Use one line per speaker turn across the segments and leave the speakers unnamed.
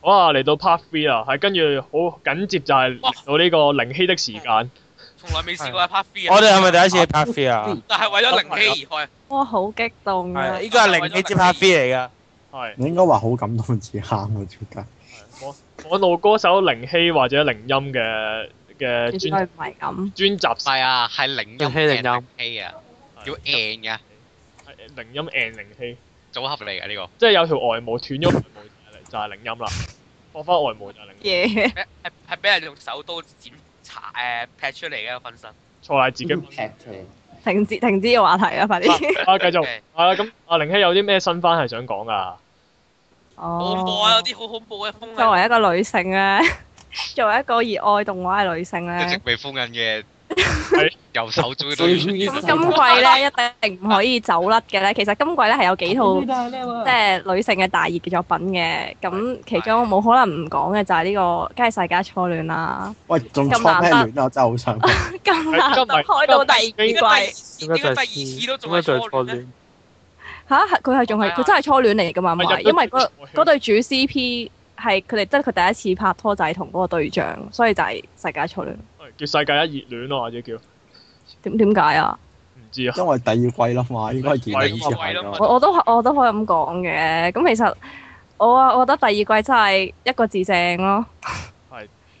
好啊，嚟到 part three 啦，係跟住好緊接就係
哇
到呢個靈希的時間。
從來未試過一 part three 啊！
我哋係咪第一次哦拍 free 啊？
但係為咗靈氣而開，
哇，好激動啊
係，！呢個係零幾接拍 free 嚟㗎。
係
你應該話好感動至喊啊！出街
我路歌手靈希或者靈音嘅嘅
絕
專
對唔係咁。
專
唔
集
係啊，係靈音
靈氣
嘅
靈音
靈氣啊，叫 N 嘅
係靈音 and 靈希，
組合嚟嘅呢個，
即係有條外毛斷咗外毛就係靈音啦，放翻外毛就係靈音，
嘢，
係係係俾人用手刀剪柴誒劈出嚟嘅分
哦
身。
錯係自己
自己
分
劈佢。
停止停止個話題啊！快啲。
啊，繼 續
Okay
啊，咁啊，靈希有啲咩新番係想講㗎？
好恐怖啊！有啲好恐怖嘅風
作
嚟，
為一個女性咧， 作為一個熱愛動畫嘅女性
一直
咧，
被封印嘅
係
右手追到
所以終於
咁今季咧一定唔可以走甩嘅咧。其實今季咧係有幾套即係女性嘅大熱嘅作品嘅，咁其中冇可能唔講嘅就係呢個，梗係世界初戀啦。
喂，仲
咁
錯
難
咩
得
亂啊！我真係 好想問，
咁難得開到第二季，
點解第二次都仲係初戀咧？
吓係佢係仲係佢真係初戀嚟噶嘛？唔係，因為嗰嗰對主 CP 係佢哋即係佢第一次拍拖就係同嗰個對象，所以就係世界初戀。
叫世界一熱戀咯，或者叫唔
點點解啊？
知啊。
因為第二季啦嘛，應該係二零之啊後
第二季啦嘛
啦。
我我都我都可以咁講嘅。咁其實我啊，我覺得第二季真係一個字正咯。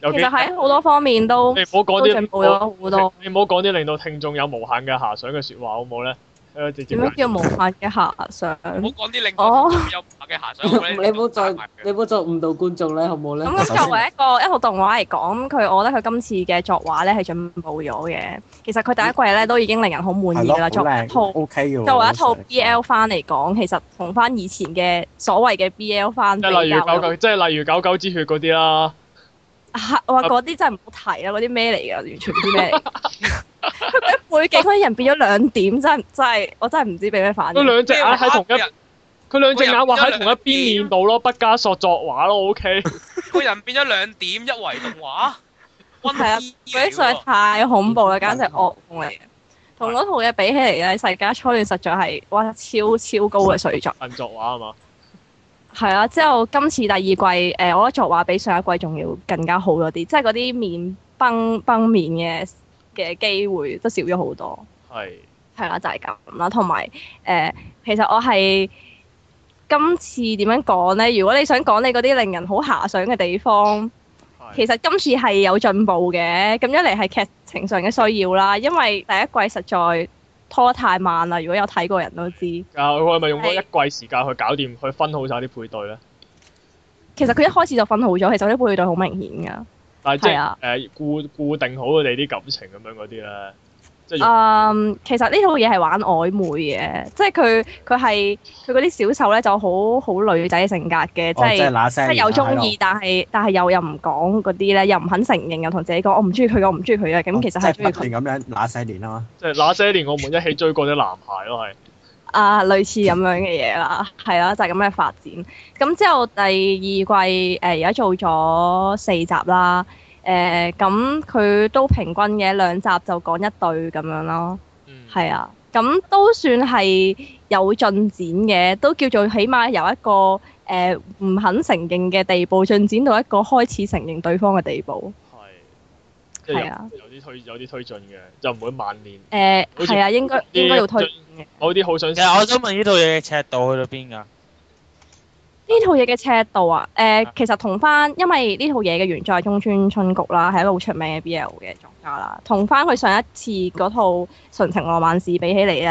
有
其
幾
實喺好多方面都
你唔好
都
講
進步咗
啲，
好多。
你唔好講啲令到聽眾有無限嘅遐想嘅説話，好唔好咧？誒，直接
點樣叫無限嘅遐想？
唔好講啲令
哦
我有嘅遐想，我
你唔好再你唔好再誤導觀眾咧，好唔好咧？
咁
首先
作為一個一套動畫嚟講，佢我覺得佢今次嘅作畫咧係進步咗嘅。其實佢第一季咧都已經令人好滿
係
意
咯，
㗎
好
啦，作為一
靚
套。
，OK 嘅喎。哦
作為一套
成日
BL 番嚟講，其實同翻以前嘅所謂嘅 BL 番
即
比
係例如
較
狗狗，即係例如狗狗之血嗰啲啦。
係
啊
哇！嗰啲真係唔好提啦，嗰啲咩嚟㗎？完全唔知咩嚟。 佢背景嗰啲人變咗兩點，真係真係我真係唔知俾咩反
佢
應。
兩隻眼喺同一，佢兩隻眼畫喺同一邊面度咯，畢加索作畫咯，OK。
個人變咗兩點一維動畫，温
係啊
馨
嗰啲實在太恐怖
啊
啦，簡直惡夢嚟嘅。同嗰套嘢比起嚟咧，《世界初戀》實在係哇超超高嘅水準。
人作畫啊嘛，
係啊，之後今次第二季誒、呃我覺得作畫比上一季仲要更加好咗啲，即係嗰啲面崩崩面嘅嘅機會都少咗好多。
係
係啦，就係咁啦。同埋誒，其實我係今次點樣講咧？如果你想講你嗰啲令人好遐想嘅地方，
係
其實今次係有進步嘅。咁一嚟係劇情上嘅需要啦，因為第一季實在拖太慢啦。如果有睇過人都知，其
啊，佢係咪用咗一季時間去搞掂，去分好晒啲配對咧？
實佢一開始就分好咗，其實啲配對好明顯㗎。
但係即
係
係
啊
誒固固定好佢哋啲感情咁樣嗰啲咧，即係
嗯，其實呢套嘢係玩曖昧嘅，即係佢佢係佢嗰啲小丑咧就好好女仔性格嘅，即
哦
係
係。那些
即係
年
有中
係
意
咯，
但係但係又又唔講嗰啲咧，又唔肯承認，又同自己講我唔中意佢，我唔中意佢啊。咁其實係
哦即
中意
係
佢
不斷咁樣那些年啊嘛。
即係那些年我們一起追過的男孩咯，係
啊，類似咁樣嘅嘢啦，係啦，就係咁嘅發展。咁之後第二季誒而家做咗四集啦，誒咁佢都平均嘅兩集就講一對咁樣咯，
嗯
係啊，咁都算係有進展嘅，都叫做起碼由一個誒唔、肯承認嘅地步，進展到一個開始承認對方嘅地步。
係即係
係啊
有有啲推有啲推進嘅，就唔會萬年。
誒
好似
係啊，應該應該要推薦嘅。
某啲好想
其實我想問呢套嘢嘅尺度去到邊㗎？
呢套嘢嘅尺度啊，誒、其實同翻，因為呢套嘢嘅原作係中村春菊啦，係一個好出名嘅 BL 嘅作家啦，同翻佢上一次嗰套《純情浪漫史》比起嚟咧，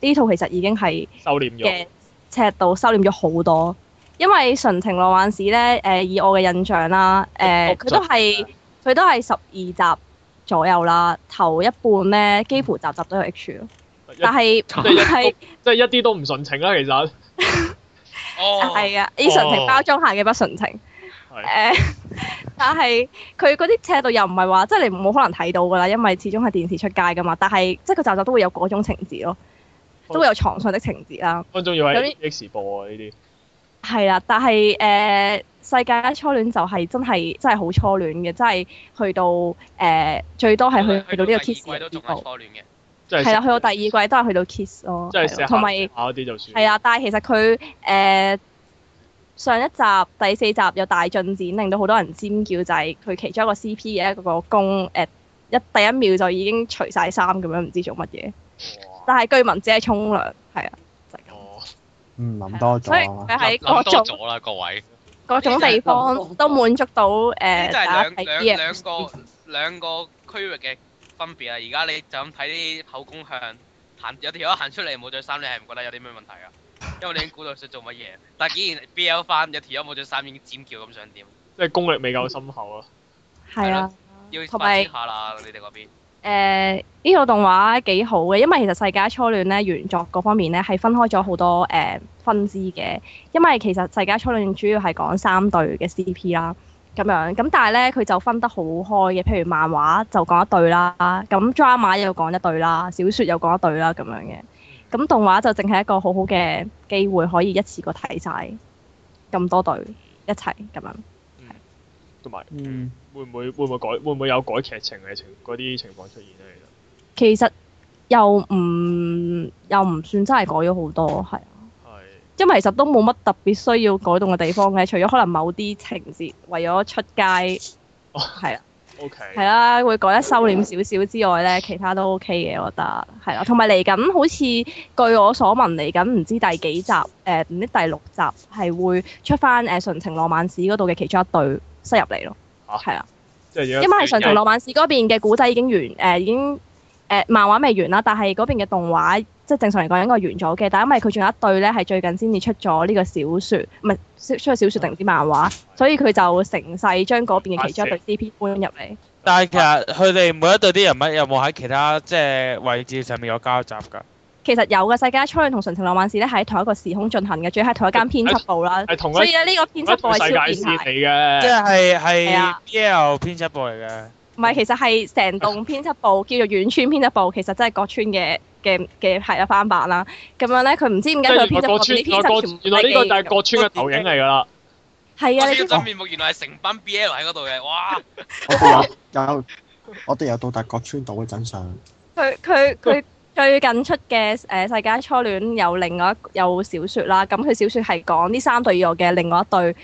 呢套其實已經係
收斂咗
嘅。尺度收斂咗好多。因為《純情浪漫史》咧，誒、以我嘅印象啦，誒、佢都係佢都係十二集左右啦，頭一半咧幾乎集集都有 H 咯，
一
但係
即係一
係。啊
即係一啲都唔純情啦，其實
哦，
係啊，以純情包裝下嘅不純情。
係
誒、 但係佢嗰啲尺度又唔係話，即係你冇可能睇到㗎啦，因為始終係電視出街㗎嘛。但係即係佢集集都會有嗰種情節咯，
好
都會有床上的情節啦。
分鐘要喺
有
X 播啊呢啲，
係啦，但係誒、呃世界初戀就係真係真係好初戀嘅，真係去到誒、最多係去去到呢個
第二季
kiss
都
嘅地
仲係初
步。
戀嘅，
即係
係啦，去到第二季都係去到 kiss 咯，
即係
係
錫
咯
下
同埋。
嗰啲就算。
係啊，但係其實佢誒、呃上一集第四集有大進展，令到好多人尖叫，就係佢其中一個 C.P. 嘅一個攻誒、一第一秒就已經除晒衫咁樣，唔知做乜嘢。但係據聞只係沖涼，係啊，就係、咁。
哦，
嗯，諗多咗
所以
啊嘛。
佢喺
諗
各
多
種
咗啦，各位。
各種地方都滿足到誒、
呢就係
大家
兩
睇
兩
啲
兩
嘢。
個兩個區域嘅分別啊！而家你就咁睇啲口供向行，有條友行出嚟冇着衫，你係唔覺得有啲咩問題 啊？因為你已經估到佢想做乜嘢，但係竟然 BL 翻有條友冇着衫已經尖叫咁想點？
即係功力未夠深厚啊！
係啊。
要
同
發
埋
展下啦，你哋嗰邊。
誒呃呢套動畫幾好嘅，因為其實《世界初戀》咧原作嗰方面咧係分開咗好多誒、呃分支嘅，因為其實《世界初戀》主要係講三對嘅 CP 啦，咁樣咁但係咧佢就分得好開嘅，譬如漫畫就講一對啦，咁 drama 又講一對啦，小説又講一對啦咁樣嘅，
嗯
咁動畫就淨係一個好好嘅機會，可以一次過睇晒咁多對一齊咁樣。
同埋
啊
嗯，
會唔會會唔會改會唔會有改劇情嘅情嗰啲情況出現咧？其
其實又唔又唔算真係改咗好多，係啊
實係
因為其實都冇乜特別需要改動嘅地方嘅，除咗可能某啲情節為咗出街，
哦
係啦
OK
係啦，會改得收斂少少之外咧，其他都 OK 嘅，我覺得係啦。同埋嚟緊好似據我所聞嚟緊唔知第幾集誒唔、知第六集係會出翻誒、純情浪漫史嗰度嘅其中一對塞入嚟咯，
啊
係啦。
即係
因為係《純情浪漫史》嗰邊嘅古仔已經完，誒、已經誒、漫畫未完啦，但係嗰邊嘅動畫即係正常嚟講應該完咗嘅，但係因為佢仲有一對咧係最近先至出咗呢個小説，唔係出咗小説定唔知漫
嗯
畫，所以佢就成勢將嗰邊嘅其中一對 CP 搬入嚟。
但係其實佢哋每一隊啲人物有冇喺其他即係位置上面有交集㗎？
其實有嘅《世界初戀》同《純情浪漫史》咧係喺同一個時空進行嘅，仲要係同一間編輯部啦，
係同一
所以咧呢個編輯部
同一
係
世
超
界
變
線
態
嚟。
即
嘅，
係
係
係
啊
BL 編輯部嚟嘅。
唔係，其實係成棟編輯部叫做遠村編輯部，其實真係各村嘅嘅嘅係啦翻版啦。咁樣咧，佢唔知點
即
解
係
佢
原
編
來
輯
各
部
村
啲
原來各原來
編輯全部
呢個就係
個
各村嘅投影嚟㗎啦。
係
我
啊，你
呢
知
個真面目原來係成班 BL 喺嗰度嘅，哇！
我哋有有，我哋有到達各村島嘅真相。
佢佢佢最近出嘅誒、呃世界初戀有另外一有小説啦，咁佢小説係講呢三對以外嘅另外一對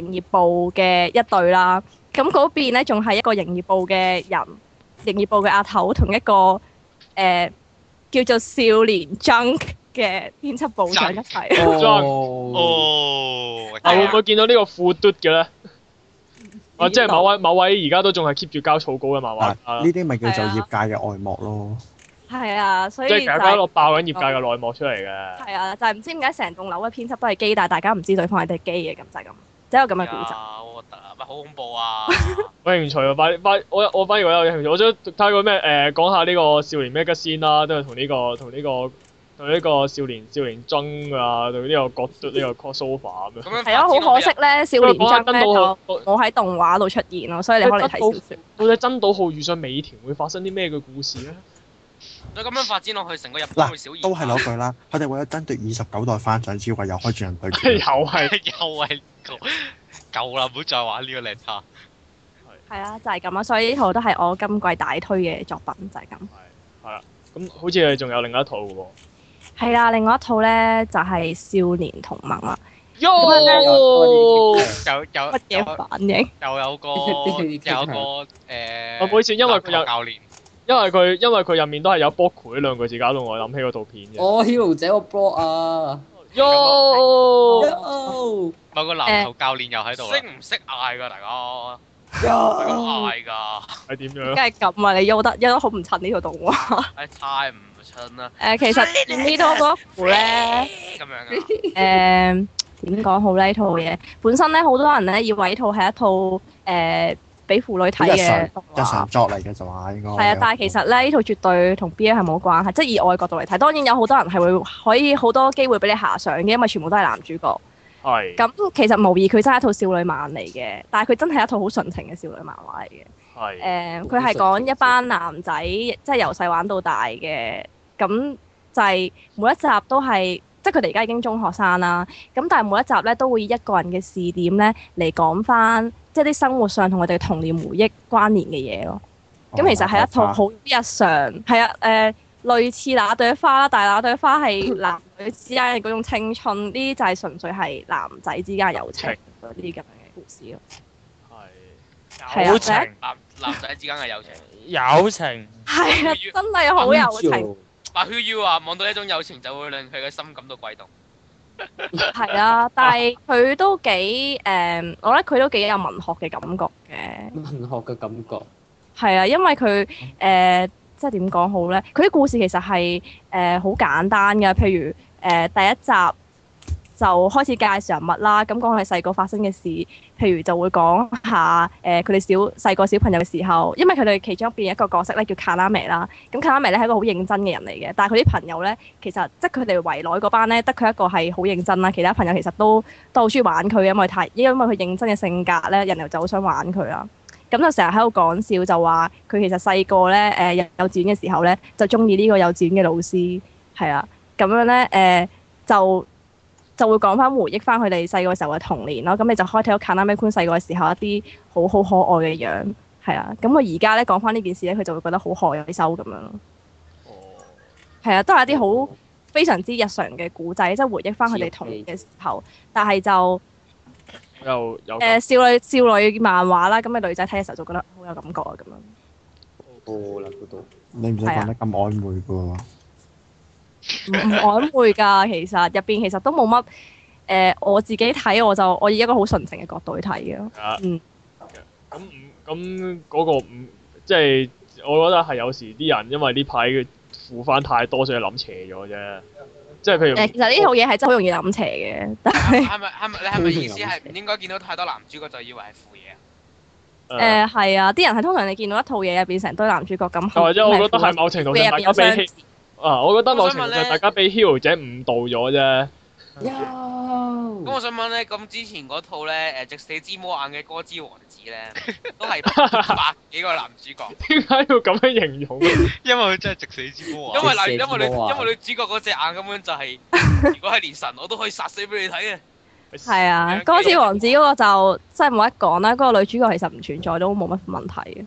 營業部嘅一對啦。咁嗰邊咧仲係一個營業部嘅人，營業部嘅阿頭同一個誒、呃叫做少年 Junk 嘅編輯部長一 齊。
哦，
哦，
啊，會唔會見到呢個副嘟嘅咧？啊，即係某位某位而家都仲係 keep 住交草稿嘅
啊
漫畫
嗱，
家啦
呢，啲咪叫做業界嘅外幕咯。
係啊，所以
即
就
係搞搞
係
落爆緊業界嘅內幕出嚟嘅。
係啊，就係唔知點解成棟樓嘅編輯都係機，但係大家唔知對方係對機嘅，咁就係咁，只有咁嘅故仔。
啊，好核突啊，咪好恐怖啊！
我有興趣啊，反反我我反而我有興趣，我想睇個咩誒講下呢個少年 Mega 先啦，都係同呢個同呢個同呢個少年少年爭啊，同呢個角嘟呢個 crossover 咁樣。啊
咁樣
係啊，好可惜咧，少年將咧就
到
冇喺動畫度出現咯，所以你可以睇小説。
到底真島浩遇上美田會發生啲咩嘅故事咧？
再咁樣發展落去，成個日本會少兒化
都係 嗰句啦，佢哋為咗爭奪二十九代番長之位，又開住人對
又
啊
決。
係
又係夠夠啦，唔好再玩呢個靚叉。
係啊，就係咁啊，所以呢套都係我今季大推嘅作品，就係咁。
咁，好似係仲有另一套嘅喎。
係啦，另外一套咧就係少年同盟啦，
Yo！
有有
乜嘢
有
反應？
又有 個呃
你識你識
有個
我
誒，
唔好意思因為佢有
教練
因為佢因為佢入面都係有 b o k 呢兩個字，搞到我諗起嗰套片
哦
嘅。
我 hero 姐我 block
à.
啊，
Yo！
哦
有
某個籃球教練又喺度啊啦
識。唔識嗌㗎，大
哦
家？大家
有
嗌㗎，
係點
梗
樣？
係咁啊！你喐得喐得好唔襯呢套動畫。
唉，太唔親啦，
誒，其實呢套嗰部咧。
咁樣啊。
誒點講好呢呢套嘢本身咧，好多人咧以為呢套係一套誒俾、婦女睇
日常
嘅動
日
畫
常，作嚟嘅就話應該。
係啊，但係其實咧呢套絕對同 BL 係冇關係，即係以外角度嚟睇，當然有好多人係會可以好多機會俾你遐想嘅，因為全部都係男主角。
係。
咁其實無疑佢真係一套少女漫嚟嘅，但係佢真係一套好純情嘅少女漫畫嚟嘅。
係。
誒，佢係講一班男仔，即係由細玩到大嘅，咁就係每一集都係，即係佢哋而家已經中學生啦。咁但係每一集咧都會以一個人嘅視點咧嚟講翻，即係啲生活上同佢哋
哦
哦
啊
童年回憶關聯嘅嘢咯。咁其實係一套好日常，係啊誒、類似那朵花啦，但係那朵花 係男女之間嘅嗰種青春，呢啲就係純粹係男仔之間友情嗰啲咁樣嘅故事咯。 係啊
友情，
男男仔之間嘅友情，
友情，
係啊，真係好友情，
白曉 U 話望到呢種友情就會令佢嘅心感到悸動。
係啊，但係佢都幾誒、我覺得佢都幾有文學嘅感覺嘅。
文學嘅感覺。
係啊，因為佢誒、呃即係點講好咧？佢啲故事其實係誒好簡單嘅，譬如誒、呃第一集就開始介紹人物啦，咁講佢細個發生嘅事，譬如就會講下誒佢哋小細個小朋友嘅時候，因為佢哋其中邊一個角色咧叫卡拉梅啦，咁卡拉梅咧係一個好認真嘅人嚟嘅，但係佢啲朋友咧其實即係佢哋圍內嗰班咧，得佢一個係好認真啦，其他朋友其實都都好中意玩佢，因為太因為佢認真嘅性格咧，人哋就好想玩佢啦。咁就成日喺度講笑，就話佢其實細個咧，誒、幼幼稚園嘅時候咧，就中意呢個幼稚園嘅老師，係啊，咁樣咧，誒、就就會講翻回憶翻佢哋細個時候嘅童年咯。咁你就可以睇到 k a n a m e k u n 細個嘅時候一啲好好可愛嘅樣，係啊。咁佢而家咧講翻呢件事咧，佢就會覺得好害羞咁樣咯。
哦
係啊，都係一啲好非常之日常嘅古仔，即係回憶翻佢哋童年嘅時候，但係就。
又又
誒、少女少女漫畫啦，咁嘅女仔睇嘅時候就覺得好有感覺啊咁樣。
哦，啦嗰度。
你唔使講得咁曖昧噶喎。
唔唔曖昧㗎， 其實入邊其實都冇乜誒，我自己睇我就我以一個好純情嘅角度去睇嘅。
啊
嗯，
咁唔咁嗰個唔即係我覺得係有時啲人因為呢排嘅負翻太多，所以諗邪咗啫。即係譬如
誒、其實呢套嘢係真係好容易諗邪嘅，
啊
但 係
係咪係咪你係咪意思係唔應該見到太多男主角就以為係副嘢啊？
誒
誒係啊，啲人係通常你見到一套嘢入邊成堆男主角咁，
又或者我覺得係某程度上
佢
大
入邊
家
有
俾
相
希啊，我覺得某程度上
我想問呢
大家俾 hero 者誤導咗啫。
嗯
咁
有。
我想問咧，咁之前嗰套咧誒《直死之魔眼》嘅歌之王子 咧，都係百幾個男主角，
點解要咁樣形容？
因為佢真係直死之魔
因
啊！
為嗱，
直死之
因
魔
為女
眼
因為女主角嗰隻眼根本就 係，如果係連神我都可以殺死俾你睇嘅。
係啊，《歌之王子》嗰個就真係冇得講啦，嗰、個女主角其實唔存在都冇乜問題嘅。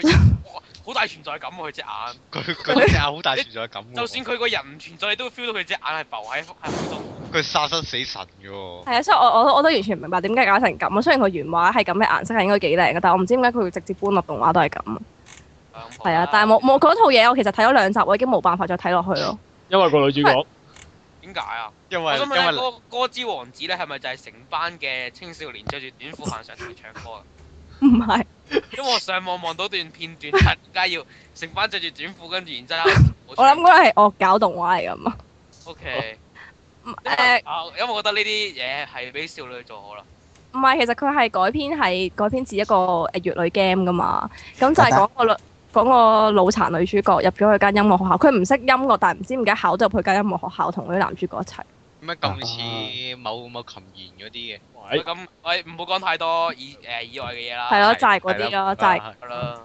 佢哇好大存在感喎，佢隻眼，
佢佢隻眼好大存在感喎
就算佢個人唔存在，你都 feel 到佢隻眼係浮喺喺空中。
佢殺身死神嘅
哦
喎，
係啊，所以我我我都完全唔明白點解搞成咁啊！雖然佢原畫係咁嘅顏色係應該幾靚嘅，但我唔知點解佢會直接搬落動畫都係咁。係
哦
啊，但係冇冇嗰套嘢，我其實睇咗兩集，我已經冇辦法再睇落去咯。
因為個女主角
點解啊？
因
我
為
想
因
問咧，
為
歌歌之王子咧係咪就係成班嘅青少年着住短褲行上台唱歌 啊？
唔係，
因為我上網望到段片段，係點解要成班着住短褲，跟住然之後
我諗嗰個係惡搞動畫嚟㗎嘛。
O K，
誒，
啊，因為我覺得呢啲嘢係俾少女做好啦。
唔係，其實佢係改編係改編自一個誒乙女 game 㗎嘛。咁就係講個女講個腦殘女主角入咗去間音樂學校，佢唔識音樂，但係唔知點解考咗入去間音樂學校，同嗰啲男主角一齊。
咩咁
啊
似某某琴弦嗰啲嘅，
喂
咁喂，唔好講太多以誒以外嘅嘢啦。
係咯，哦就
係
係嗰啲咯，就係。
係
啦。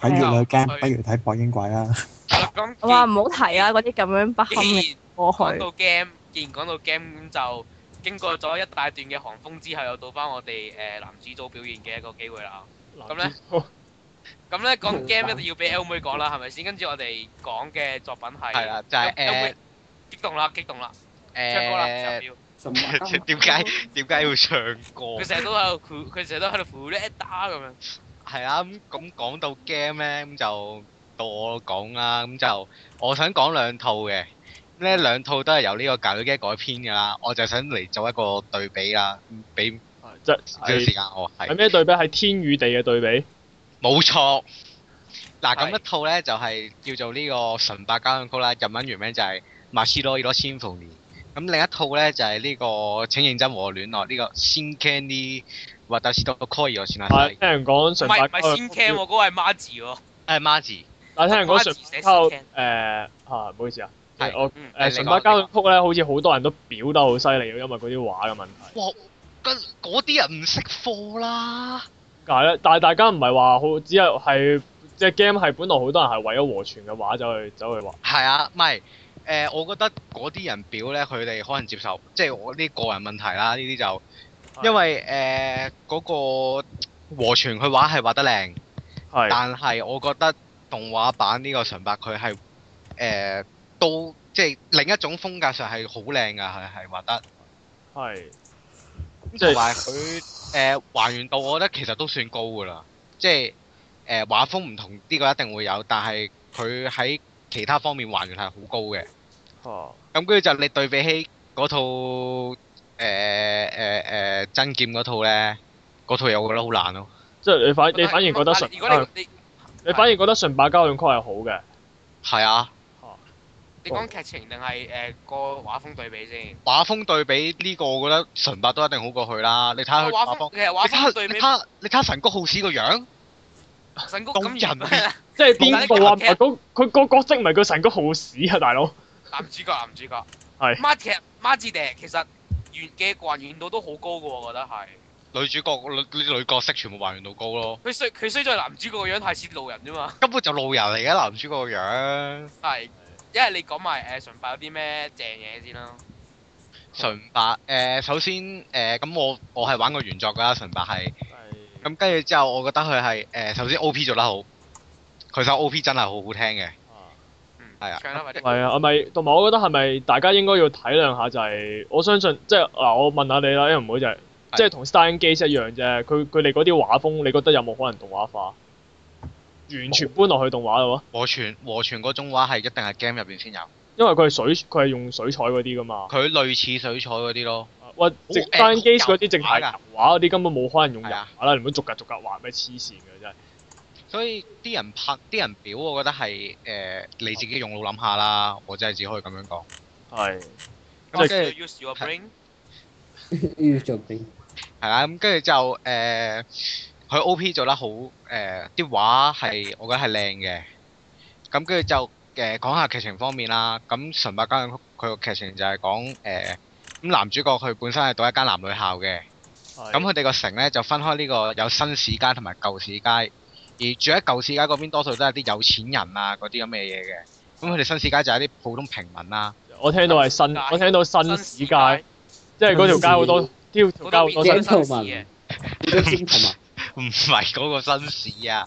睇越女 game
係
不如睇博英啊鬼啦。
係啦咁
哇，唔好提啊啦，嗰啲咁樣不堪
既
嘅
然
過
講
去。
到 game，既然講到 game 咁就經過咗一大段嘅寒風之後，又到翻我哋誒、男子組表現嘅一個機會啦。咁咧咁咧講 game 一定要俾 L 妹講啦，係咪先？跟住我哋講嘅作品係
係啦，啊就係
L 妹
誒
激動啦，激動啦，唱歌啦，
誒
就要
什麼
點解 點解要唱歌
佢？成日都喺度佢佢成日都喺度呼咧打咁樣。
係啊，咁咁講到 game 咧，咁就到我講啦。咁就我想講兩套嘅，
嗯
呢兩套都係由呢個教育機改編㗎啦。我就想嚟做一個對比啦，嗯俾
即
少少時
係
間我係
係。咩對比？係天與地嘅對比。
冇錯。嗱，
係
咁一套咧就係、叫做呢個《純白交響曲》啦，日文原名就係《馬斯洛伊羅千逢年》。咁另一套咧就係、呢、個《請認真和我戀愛》呢、個《先 Candy 或特斯多 Call 我算啦
係，聽人講
唔
純
係
白
唔係先 cam 喎，嗰個啊係 m a 字喎。
誒 m a r g
但係聽人講純白交
關字寫
誒嚇，唔好意思啊，
係
我
嗯
誒
你
純
講
白交響
你
曲咧，好似好多人都表得好犀利，因為嗰啲畫嘅問題。
哇！嗰嗰啲人唔識貨啦，
解咧？但係大家唔係話好，只係係即係 game 係本來好多人係為咗和傳嘅畫走去走去畫。
係啊，唔係誒，我覺得嗰啲人表咧，佢哋可能接受，即係我啲個人問題啦，呢啲就
係
因為誒嗰、個和傳佢畫係畫得靚。
係
但係我覺得動畫版呢個純白佢係誒都即係另一種風格上係好靚噶，佢係畫得。
係
咁
即係
同埋佢誒還原度，我覺得其實都算高噶啦。即係誒、呃、畫風唔同，呢、個一定會有，但係佢喺其他方面還原係好高嘅。
嚇
咁跟住就你對比起嗰套誒誒誒真劍嗰套咧，嗰套又我覺得好爛咯。
即係你反你反而覺得純
如果你你
你反而覺得純白交響曲係好嘅，
係啊，
你
哦
講劇情定係誒個畫風對比先？
畫風對比呢個，我覺得純白都一定好過佢啦。你睇下
畫
佢啊畫風
風，其實畫
你睇下
風對
你
比
睇下你睇下神谷浩史個樣，
神谷
到
咁啊
人
人
即係邊部啊？唔
冇
係
睇
嗰佢個角色唔係叫神谷浩史啊，大佬。
男主角男主角
係
孖劇孖字定其實原嘅還原度都好高嘅喎，我覺得係。
女主角女啲女角色全部還原度高咯，
佢衰佢衰在男主角個樣太似路人啫嘛，
根本就路人嚟嘅男主角個樣。
係。因為你講埋誒純白有啲咩正嘢先啦，
純白誒、首先誒咁、我我係玩過原作㗎，純白係
係
咁跟住之後，我覺得佢係誒首先 O P 做得好，佢首 O P 真係好好聽嘅，
嗯，
係啊
唱啦或者
係啊，係咪？同埋我覺得係咪大家應該要體諒下就係、我相信即係嗱，我問下你啦，因為唔好就係、
係
即係同 Star g a z e 一樣啫。佢佢哋嗰啲畫風，你覺得有冇可能動畫化？完全搬落去動畫咯，
和傳和傳嗰種畫係一定係 game 入邊先有，
因為佢係水，佢係用水彩嗰啲噶嘛。
佢類似水彩嗰啲咯，
喂，直 Star g a z e 嗰啲淨哦係
好
油畫嗰啲根本冇可能用油
係啊
畫啦，你唔好逐格逐格畫咩黐線嘅真係。
所以啲人拍啲人表，我覺得係誒、呃你自己用腦諗下啦，我真係只可以咁樣講。
係。
咁
啊
啊
即
跟住
use your brain，
要做兵。
係啦，咁跟住就誒，佢、O P 做得好誒，啲、畫係我覺得係靚嘅。咁跟住就誒、講下劇情方面啦。咁純白交響曲佢個劇情就係講誒，呃咁、男主角佢本身係讀一間男女校嘅。
係
咁佢哋個城咧就分開呢個有新市街同埋舊市街，而住喺舊市街嗰邊多數都係啲有錢人啊嗰啲咁嘅嘢嘅。咁佢哋新市街就係啲普通平民啊啦。
我聽到係新，
新
我聽到新市街，嗯即係嗰條街好多，條條街好多
嗰
新
邊
鄭
嘅。
秀文，你都知係嘛？
唔係嗰個紳士啊，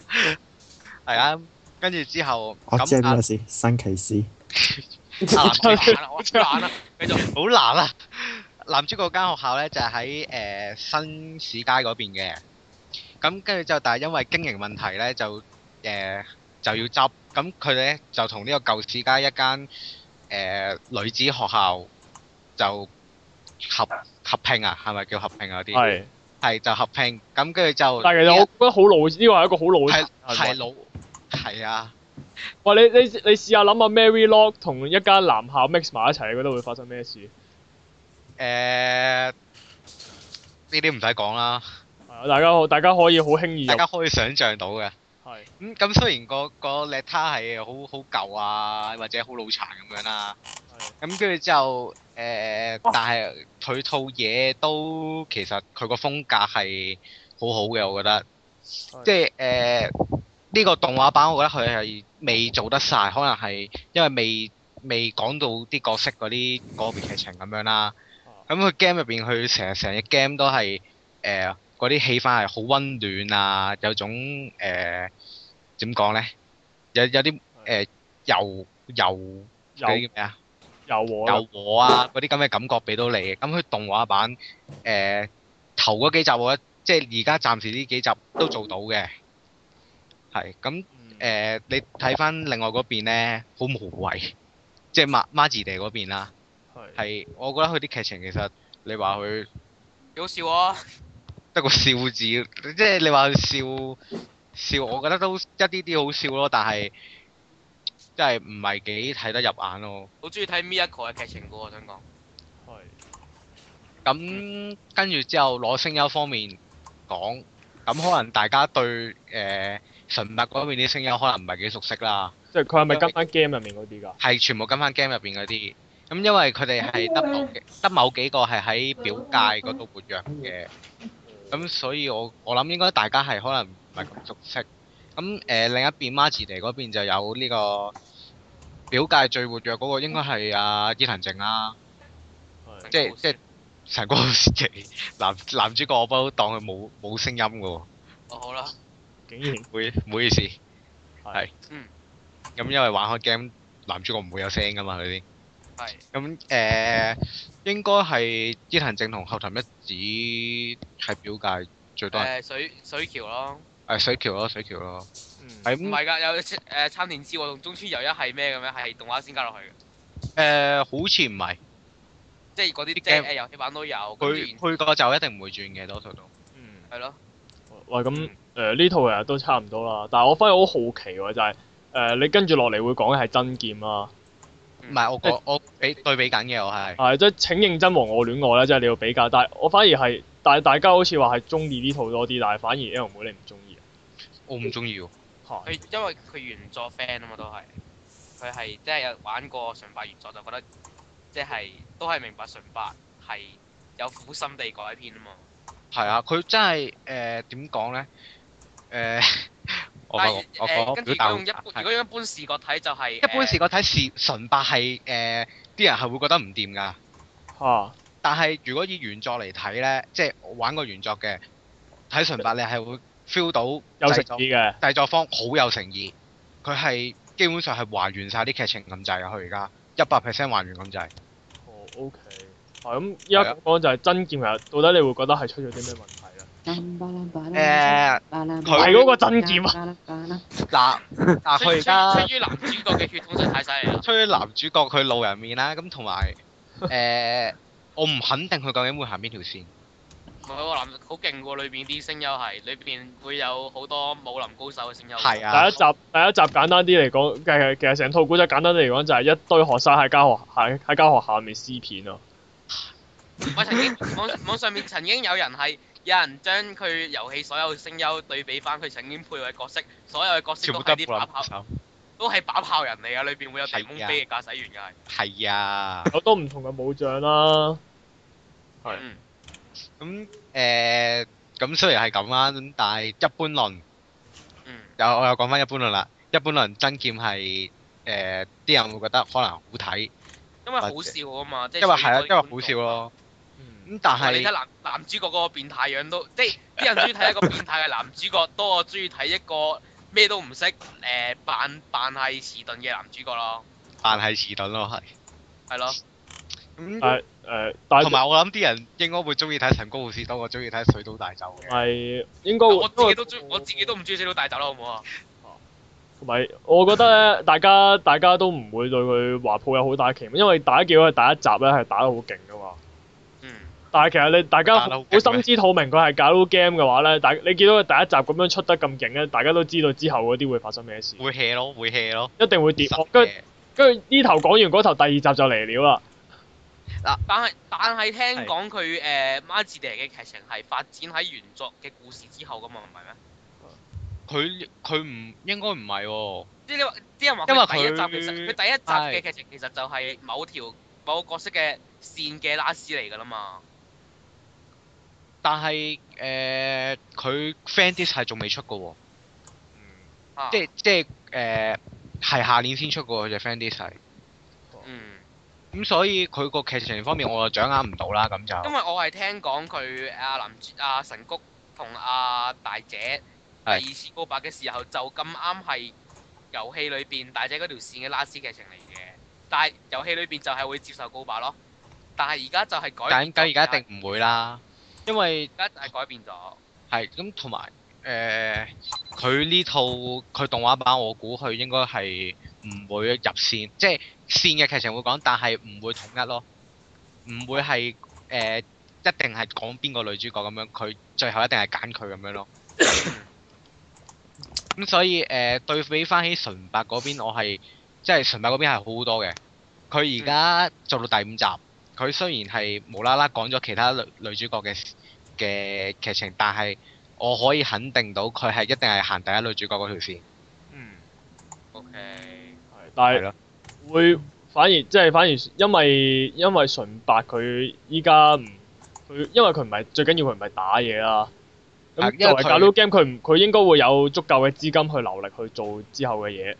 係啊，跟住之後
我知哦係
咁
邊個
啊
事，新騎士。
啊男主
好難啊，我好難 啊，繼續。
好難啊！ 男主角間學校咧就係喺誒新市街嗰邊嘅，咁跟住之後，但係因為經營問題咧就誒、呃就要執，咁佢咧就同呢個舊市街一間誒、呃女子學校就合合併啊，係咪叫合併啊嗰啲？
係，
係就合併，咁跟住就
但係其實我覺得好老，呢個係一個好老嘅
啊係
行為
係老係啊。
喂，你你你試下諗下 Mary Lock 同一間男校 mix 埋一齊，你覺得會發生咩事？
誒呢啲唔使講啦，
係啊大家可大家可以好輕易入
大家可以想像到嘅。
係
咁嗯咁雖然個個 l e t 係好好舊啊，或者好老殘咁樣啦，咁跟住之後誒，但係佢套嘢都其實佢個風格係好好嘅，我覺得。即係誒呢個動畫版，我覺得佢係未做得晒，可能係因為未未講到啲角色嗰啲個別劇情咁樣啦。
啊
咁佢 game 入邊，佢成成隻 game 都係誒嗰啲氣氛係好温暖啊，有種誒點講咧？有有啲誒、呃、柔柔
有
嗰啲叫咩啊？
有和啦
柔和啊嗰啲咁嘅感覺俾到你嘅。咁佢動畫版誒、呃、頭嗰幾集我覺得即係而家暫時呢幾集都做到嘅。係咁
嗯
誒，你睇翻另外嗰邊咧，好無謂，即係孖孖字地嗰邊啦。
係
係我覺得佢啲劇情其實你話佢
幾好笑啊！
得個笑字，即係你話佢笑笑，我覺得都一啲啲好笑咯，但係真係唔係幾睇得入眼咯。
好中意睇 Miracle 嘅劇情嘅喎，我想講。
係
咁跟住之後攞聲優方面講，咁可能大家對誒、呃、純白嗰邊啲聲優可能唔係幾熟悉啦，
即係佢係咪跟翻 game 入面嗰啲㗎？
係全部跟翻 game 入邊嗰啲。咁因為佢哋係得某幾得某幾個係喺表界嗰度活躍嘅，咁所以我我諗應該大家係可能唔係咁熟悉。咁誒、呃另一邊 m a r g i 嗰邊就有呢個表界最活躍嗰個應該係阿伊藤靜啦、
係
即係即係成個時期男 男主角我不嬲當佢冇冇聲音嘅喎，
哦好啦，
竟然
唔好意唔好意思，
係
係，咁因為玩開 game 男主角唔會有聲噶嘛佢啲。
係
咁誒、呃，應該係伊藤正同後藤一子喺表界最多人誒、
誒呃水水橋咯，
水橋咯，水橋咯，
嗯
係
唔
咁
係㗎，有誒參田之和同中村由一係咩嘅咩？係動畫先加落去嘅，
誒，呃好似唔係
即係嗰啲即係
game
誒遊戲版都有，跟住
佢佢個就一定唔會轉嘅，多數都
嗯，
然係咯，
喂，咁
嗯
誒呢套其實都差唔多啦，但係我反而好好奇喎，就係、誒你跟住落嚟會講嘅係真劍啊啦，
唔係我講我比對比緊嘅我係
係即係請認真和我戀愛咧，即係你要比較，但係我反而係，但係大家好似話係中意呢套多啲，但係反而 L 妹你唔中意
我唔中意喎。
啊，係
佢因為佢原作 fan 啊嘛，都係佢係即係有玩過純白原作就覺得即係都係明白純白係有苦心地改編啊嘛。
係啊，佢真係誒點講呃咧？誒、我
但
講
係
我
誒
講
跟住
表
如
達
果用一
好
般，如果用一般視覺睇就係呃
一般
誒
視覺睇視純白係誒，呃啲人係會覺得唔掂㗎。
嚇
但係如果以原作嚟睇咧，即係我玩過原作嘅睇純白，你係會 feel 到
有
製
誠
作
意嘅，
製作方好有誠意，佢係基本上係還原晒啲劇情咁滯啊！佢而家一百 percent 還原咁滯。
哦 OK，係咁依家講就係真劍其實到底你會覺得係出咗啲咩問題咧？
誒
係嗰個真劍啊！
嗱 嗱，佢而家
出於出於男主角嘅血統真係太犀利啦！
吹男主角佢路人面啦，咁同埋誒， 我唔肯定佢究竟會行邊條線。
唔係喎，男好勁喎，裏邊啲聲優係裏邊會有好多武林高手嘅聲優。
係
第
啊
一集第一集簡單啲嚟講，其實其實成套古仔簡單啲嚟講就係一堆學生喺間學喺喺間學校入面撕片啊咯。
我曾經網網上面曾經有人係有人將佢遊戲所有聲優對比翻佢曾經配嘅角色，所有嘅角色
全
都
部都
係
係
啲
布林
把炮，
手。
都係把炮人嚟㗎，裏邊會有提供飛嘅駕駛員㗎係。
係啊，
有多唔同嘅武將啦，
係
嗯，
咁誒，咁雖然係咁啦，咁但係一般論。
嗯，
有我又講翻一般論啦，一般論真劍係誒啲人會覺得可能好睇，
因為好笑啊嘛，即係
因為係啊，因為
為
好笑。咯。咁但
但係你睇
係
男男主角嗰個變態樣都，即係啲人中意睇一個變態嘅男主角，多過中意睇一個咩都唔識誒扮扮係遲鈍嘅男主角咯，
扮係遲鈍咯，係。
係咯，
咁
誒誒，但
同
係
埋我諗啲人應該會中意睇神功護士多過中意睇水島大咒嘅。
係應該
我自己都
因為
中，我自己都唔中意死到大走啦，好唔好啊？
同埋，我覺得咧，大家大家都唔會對佢話抱有好大期望，因為大家見到佢第一集咧係打得好勁噶嘛。
嗯，
但係其實你大家
打得好
好
勁咩
心知肚明佢係搞 game 嘅話咧，大你見到佢第一集咁樣出得咁勁咧，大家都知道之後嗰啲會發生咩事，
會 hea 咯，會 hea 咯。
一定會跌
實
落。跟住
嘅
跟住呢頭講完嗰頭，第二集就嚟了啦。
但係但係聽
係
講佢呃誒 m a g i 嘅劇情係發展喺原作嘅故事之後噶嘛，唔係咩？
佢佢唔應該唔係喎，
即係你話啲人話
因為
佢第一
佢
集其實佢第一集嘅劇情其實就係某條某個角色嘅線嘅拉絲嚟㗎啦嘛，
但係誒佢 fan dis 係仲未出嘅喎，
啊
即係即係誒係下年先出嘅喎，佢隻 fan dis 係。
嗯。
咁所以佢個劇情方面我就掌握唔到啦，咁就
因為我係聽講佢阿林阿神谷同阿大姐第二
係
次告白嘅時候，就咁啱係遊戲裏邊大姐嗰條線嘅拉絲劇情嚟嘅，但係遊戲裏邊就係會接受告白咯。但係而家就係改變咗，
但咁而家一定唔會啦，因為
而家就係改變咗。
係咁同埋誒，佢、呢套佢動畫版，我估佢應該係唔會入線，即係線嘅劇情會講，但係唔會統一咯，唔會係誒、呃一定係講邊個女主角咁樣，佢最後一定係揀佢咁樣咯。咁所以誒、呃對比翻起純白嗰邊，我係即係純白嗰邊係好好多嘅。佢而家做到第五集，佢雖然係無啦啦講咗其他女女主角嘅嘅劇情，但係我可以肯定到佢係一定係行第一女主角嗰條線。
嗯，
OK，
係但係
係咯，
會反而即係反而因為因為純白佢依家唔佢因為佢唔係最緊要佢唔係打嘢啦。
啊
咁
因為
作為
佢
g a l game，佢唔佢應該會有足夠嘅資金去流力去做之後嘅嘢。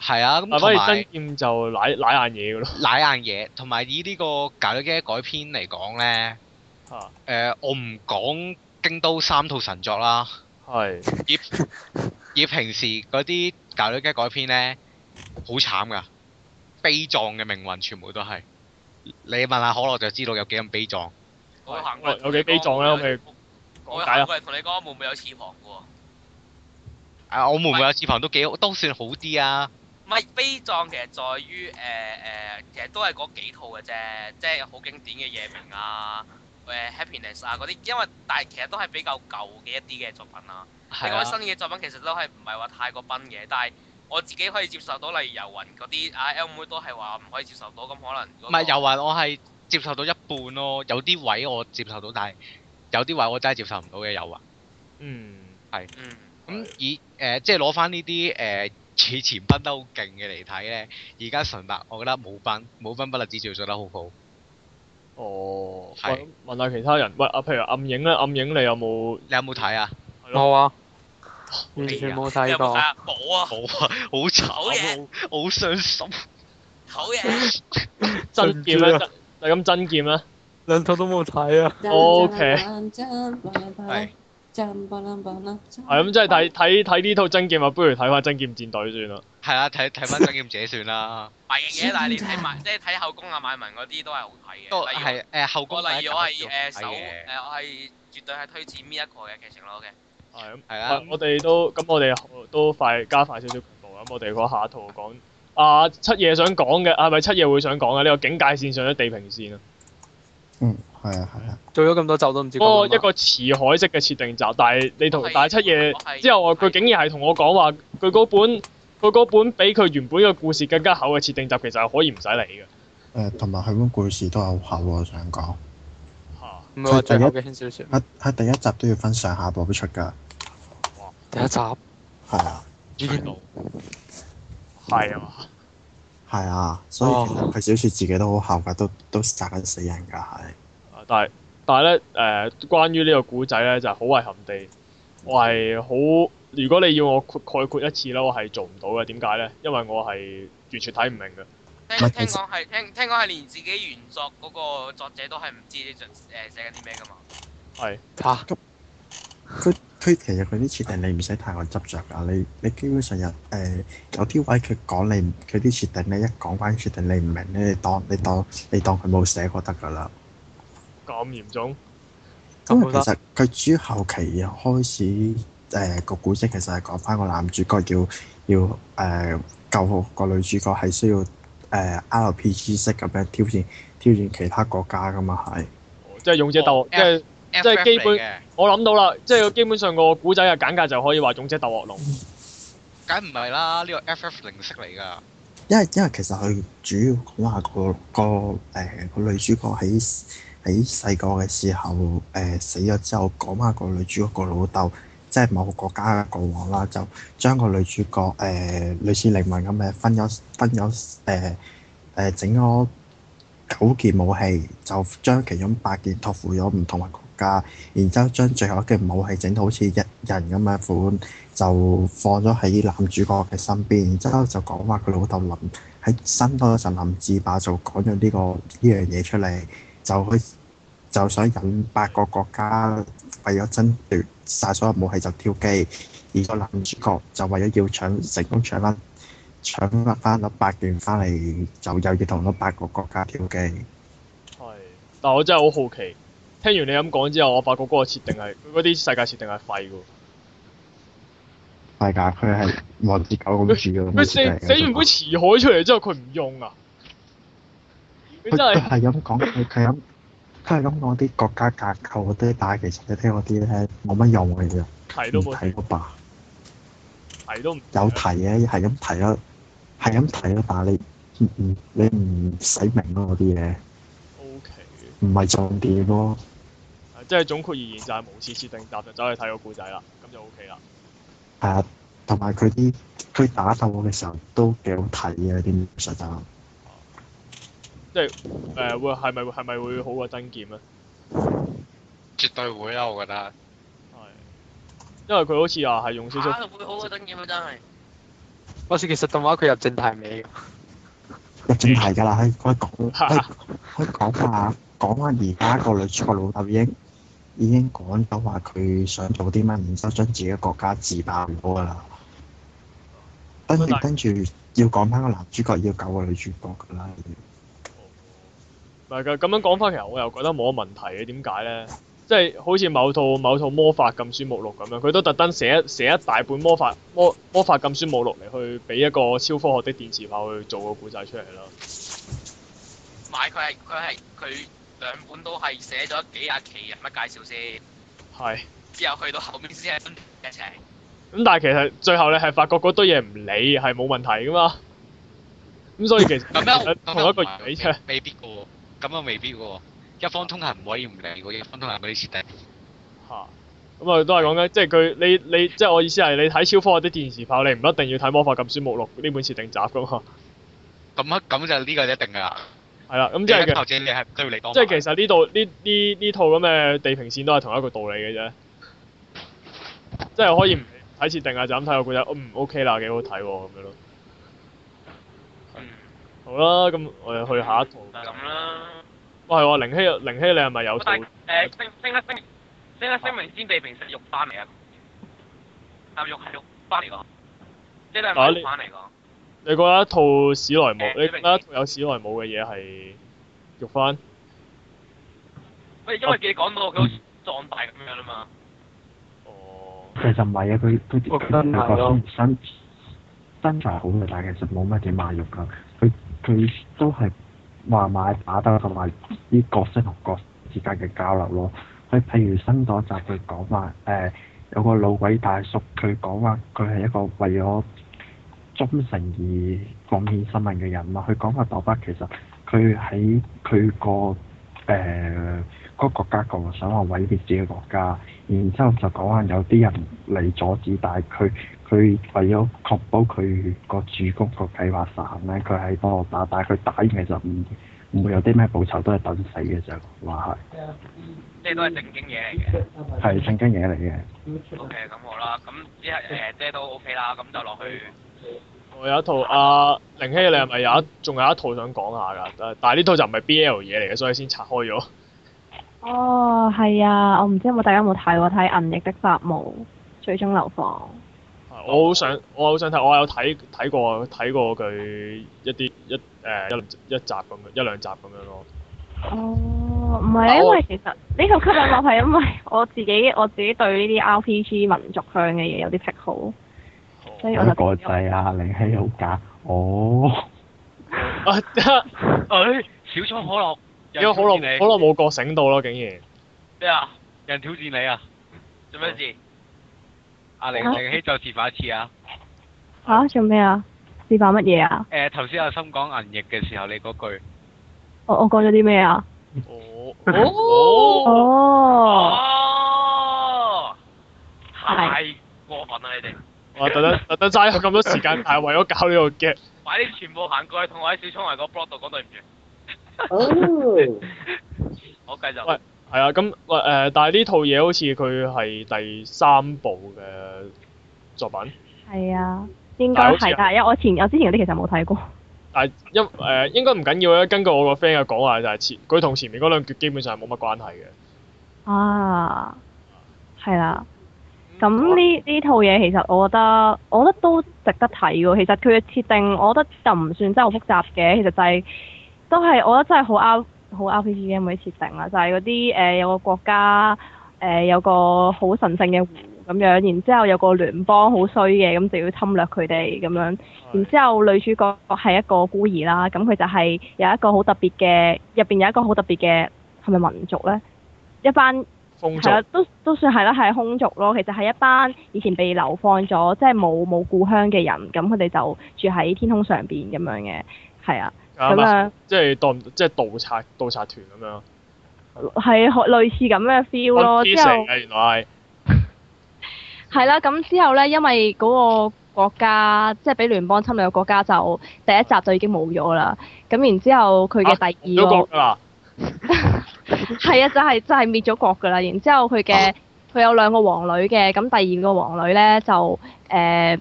係啊，咁
但反
同
而
埋
真劍就奶奶硬嘢嘅咯。
奶硬嘢，同埋以呢個《搞咗嘅改編嚟講呢，
嚇
誒、我唔講京都三套神作啦，
係
以以平時嗰啲《搞咗嘅改編呢，好慘㗎，悲壯嘅命運，全部都係。你問下可樂就知道有幾咁悲壯。
我行過嚟
有幾悲壯啊咧我咪
我
講解
行
啊
過嚟同你講，會唔會有翅膀嘅喎？
啊，我妹妹有翅膀都幾好，都算好啲啊。
唔係悲壯，其實在於誒誒、呃其實都係嗰幾套嘅啫，即係好經典嘅《夜明》啊、誒、Happiness》啊嗰啲，因為但係其實都係比較舊嘅一啲嘅作品啦、你
係
講
啊，
新嘅作品其實都係唔係話太過崩嘅，但係我自己可以接受到，例如遊魂嗰啲啊 L 妹都係話唔可以接受到，咁可能嗰個
唔係又話我係接受到一半咯，有啲位我接受到，但係有啲位我真係接受唔到嘅有啊。
嗯，
嗯
咁以誒、即係攞翻呢啲呃誒以前崩得好勁嘅嚟睇咧，而家純白我覺得冇崩冇崩不特止，仲做得好好。
哦，
係
喂問下其他人，喂啊，譬如暗影咧，暗影你有冇？
你有冇睇啊？
冇啊，完全冇
你
睇
有冇睇
過。
啊？冇啊，
冇啊，好慘，
好嘢
好好傷心。
好嘢，
真劍啊咧
信唔住，
就咁真劍咧，
兩套都冇睇啊！
OK
係
係咁，即係睇睇睇呢套真劍啊，不如睇翻真劍戰隊算啦。
係啊，睇睇翻《真劍者》算 啦，
唔係 嘅，但係你睇埋即係睇後宮啊、買文嗰啲都係好睇
都
嘅，例如
係誒後
我
宮
例如我係呃誒
睇
首誒
嘅，
我係絕對係推薦呢一個嘅劇情咯嘅。
係啊咁，
係啊
喂
啦，
我哋都咁，我哋都快加快少少腳步啦。咁我哋講下一套講啊七夜想講嘅，啊係咪七夜會想講嘅呢個警戒線上咗地平線啊？
嗯，係啊，係啊，
做咗咁多集都唔
嗰
知
個
講
哦一
乜。
個辭海式嘅設定集，但係你同
係
但啊係七夜。
我係
之後我佢竟然係同我講話，佢嗰本佢嗰本比佢原本嘅故事更加厚嘅設定集，其實係可以唔使理嘅。
誒同埋佢本故事都係好厚喎，我想講。
嚇！
唔係話最後嘅輕小說，
喺喺第一集都要分上下部出㗎，
第一集
係啊，
已經
係啊嘛，
係啊，所
哦
以其實佢小説自己都好厚㗎，都都殺緊死人㗎，係。
啊但係但係咧誒，關於呢個古仔咧，就係好遺憾地，我係好。如果你要我概概括一次咧，我係做唔到嘅。點解咧？因為我係完全睇唔明嘅。
聽
唔係
聽
其實
講係聽聽講係連自己原作嗰個作者都係唔知你作誒寫緊啲咩噶嘛。
嚇
佢佢其實佢啲設定你唔使太過執着㗎，你你基本上有誒、有啲位佢講你唔佢啲設定咧，一講關於設定你唔明咧，你當你當你當佢冇寫過得㗎啦。
咁嚴重？
因
咁
為其
好得
實佢主要後期開始誒個、古跡其實係講翻個男主角要要誒、救個女主角係需要誒、RPG 式咁樣挑戰挑戰其他國家㗎嘛係。
哦即係勇者鬥，
哦
嗯即係
即
係基本
嘅，
我諗到啦，即係基本上個古仔嘅簡介就可以話勇者鬥惡龍。
梗唔係啦，呢個 FF 零式嚟㗎。
因為因為其實佢主要講話個個誒、呃、個女主角喺喺細個嘅時候誒、呃死咗之後，講下個女主角個老豆，即係某個國家嘅國王啦，就將個女主角誒、呃、類似靈魂咁嘅分咗分咗誒誒整咗九件武器，就將其中八件託付咗唔同嘅國家，然之後將最後一件武器整到好似一人咁嘅款，就放咗喺男主角嘅身邊，然之後就講話佢老豆林喺新嗰陣林志霸就講咗呢個呢樣嘢出嚟，就佢就想引八個國家為咗爭奪晒所有武器就挑機，而個男主角就為咗要搶成功搶翻搶翻翻咗八件翻嚟，就又要同咗八個國家挑機。
係，但我真係好好奇，聽完你咁講之後，我發覺嗰個設定係佢嗰啲世界設定係廢嘅喎。
係㗎，佢係黃鐵狗咁住嘅。
佢寫寫完本辭海出嚟之後，佢唔用啊！佢
佢
真係
佢係咁講，佢佢咁佢係咁講啲國家架構嗰啲，但係其實你聽嗰啲咧冇乜用嘅啫，
提都
唔
冇
睇嗰吧。
提都唔
有提嘅，係咁提咯，係咁提咯，但係你唔唔你唔使明咯嗰啲嘢，
O K，
唔係重點咯。
即係總括而言就係無視設定集就走去睇個故仔啦，咁就 O K 啦。
係啊，同埋佢啲佢打鬥嘅時候都幾好睇嘅啲武術啊。
誒會係咪係咪會好過真劍咧？
絕對會啦，我覺得。
係，因為佢好似話係用少少
啊，會好嗰陣咁啊，真係。
我是其實動畫佢入正題尾嘅，
入正題㗎啦，
嗯
可以可以講，可以可以講下講翻而家個女主角老豆已經已經講咗話佢想做啲乜，然之後將自己嘅國家自爆咗㗎啦。跟
但係
跟住要講翻個男主角要救個女主角噶啦，
唔係咁咁樣講翻，其實我又覺得冇乜問題嘅。點解咧？即係好似某套某套魔法禁書目錄咁樣，佢都特登寫一寫一大本魔法魔魔法禁書目錄嚟去俾一個超科學的電磁炮去做個故仔出嚟咯。
買佢係佢係佢兩本都係寫咗幾廿期人物介紹先，
係。
之後去到後面先係分劇情。
咁但係其實最後你係發覺嗰堆嘢唔理係冇問題噶嘛。咁所以其實
咁樣
同一個原理啫。
未必嘅喎，咁啊未必嘅喎。一方通行唔可以唔理喎，一方通行嗰啲設定。
嚇。咁啊，都係講緊，即係佢你你即係我意思係你睇超科學的電磁炮，你唔一定要睇魔法禁書目錄呢本設定集噶嘛。
咁啊，咁就呢個一定㗎啦。
係啦，咁
咁
即係其
頭先你係對你當
即係其實呢度呢呢呢套咁嘅地平線都係同一個道理嘅啫，即係可以唔睇設定啊，就咁睇個故仔，嗯 OK 啦，幾好睇喎咁樣咯。
嗯，
好啦，咁我哋去下一套。
就咁啦。
喂，係喎，寧希，寧希你係咪有套
但？嗯係誒聲聲一聲聲一聲明先被平息肉翻嚟啊！但肉係肉翻嚟㗎，即係唔係肉翻嚟㗎？
你覺得一套史萊姆，
誒
你覺得一套有史萊姆嘅嘢係肉翻？
喂，因為你講到佢好似壯大咁樣啊嘛，
哦，
其實唔係啊，佢佢
我覺得唔係咯
佢個身身材好嘅，但係其實冇乜點賣肉噶。佢佢都係話買打鬥同埋啲角色同角色之間嘅交流咯。佢譬如新嗰集佢講話誒有個老鬼大叔，佢講話佢係一個為咗忠誠而奉獻生命嘅人啊嘛。佢講話豆巴其實佢喺佢個誒嗰個國家度想話毀滅自己嘅國家。然之後就講話有啲人嚟阻止，但係佢佢為咗確保佢個主公個計劃實行咧，佢喺幫我打，但係佢打完其實唔唔會有啲咩報酬，都係等死嘅啫。話
即係都係正經嘢嚟嘅。
係係正經嘢嚟嘅。
O K，咁好啦，咁即係誒，即係都 O K 啦，咁就落去。
我有一套啊，寧希你係咪有一仲有一套想講下㗎？但但係呢套就唔係 BL 嘢嚟嘅，所以先拆開咗。
哦，係啊，我唔知有冇大家有冇睇過睇《銀翼的法務》最終流放。
係我好想，我好想睇，我有睇睇過睇過佢一啲一誒、一一集咁樣，一兩集咁樣咯。
哦，唔係，因為其實呢套吸引我係因為我自己 我自己對呢啲 RPG 民族向嘅嘢有啲癖好，所以我
有
就
個仔啊，靈希好假哦，
啊！
誒小倉可樂，
因為好耐好耐冇覺醒到咯，竟然
咩啊？
人挑戰你啊！
做咩事？
阿玲
啊
玲希再示範一次啊！
嚇、做咩啊？示範乜嘢啊？
誒頭先阿心講銀翼嘅時候，你嗰句
我我講咗啲咩啊？
我
哦
哦，
哦，太過分啦！你哋
我特登特登嘥咗咁多時間，但係為咗搞呢個 g
快啲全部行過去同我喺小聰圍個 blog 度講對唔住，
哦，
我繼續。
喂係啊，咁喂誒，但係呢套嘢好似佢係第三部嘅作品，
係啊，應該係，但係因為我前我之前嗰啲其實冇睇過。
但係因誒、應該唔緊要咧。啊根據我個 friend 嘅講話，就係前佢同前面嗰兩橛基本上係冇乜關係嘅。
啊，係啦。咁呢呢套嘢其實我覺得，我覺得都值得睇喎。其實佢嘅設定，我覺得就唔算真係好複雜嘅。其實就係、都係我覺得真係好 R 好 RPG 嘅每啲設定啦，就係嗰啲誒有個國家誒、呃有個好神聖嘅湖咁樣，然之後有個聯邦好衰嘅，咁就要侵略佢哋咁樣。然之後女主角係一個孤兒啦，咁佢就係有一個好特別嘅，入邊有一個好特別嘅係咪民族咧？一班
風
係啦啊
俗，
都都算係啦，係空族咯。其實係一班以前被流放咗，即係冇冇故鄉嘅人，咁佢哋就住喺天空上邊咁樣嘅，係啊，咁
啱啊
樣
即係當即係盜賊盜賊團咁樣。
係學類似咁嘅 feel
One
咯。之
Piece
後
嚟嘅原來係
係啦，咁之後咧，因為嗰個國家即係俾聯邦侵略嘅國家就第一集就已經冇咗啦。咁然之後佢嘅第
啊都
二個
覺㗎啦。
係啊，就係、就係、滅咗國㗎啦。然之後佢嘅佢有兩個皇女嘅，咁第二個皇女咧就誒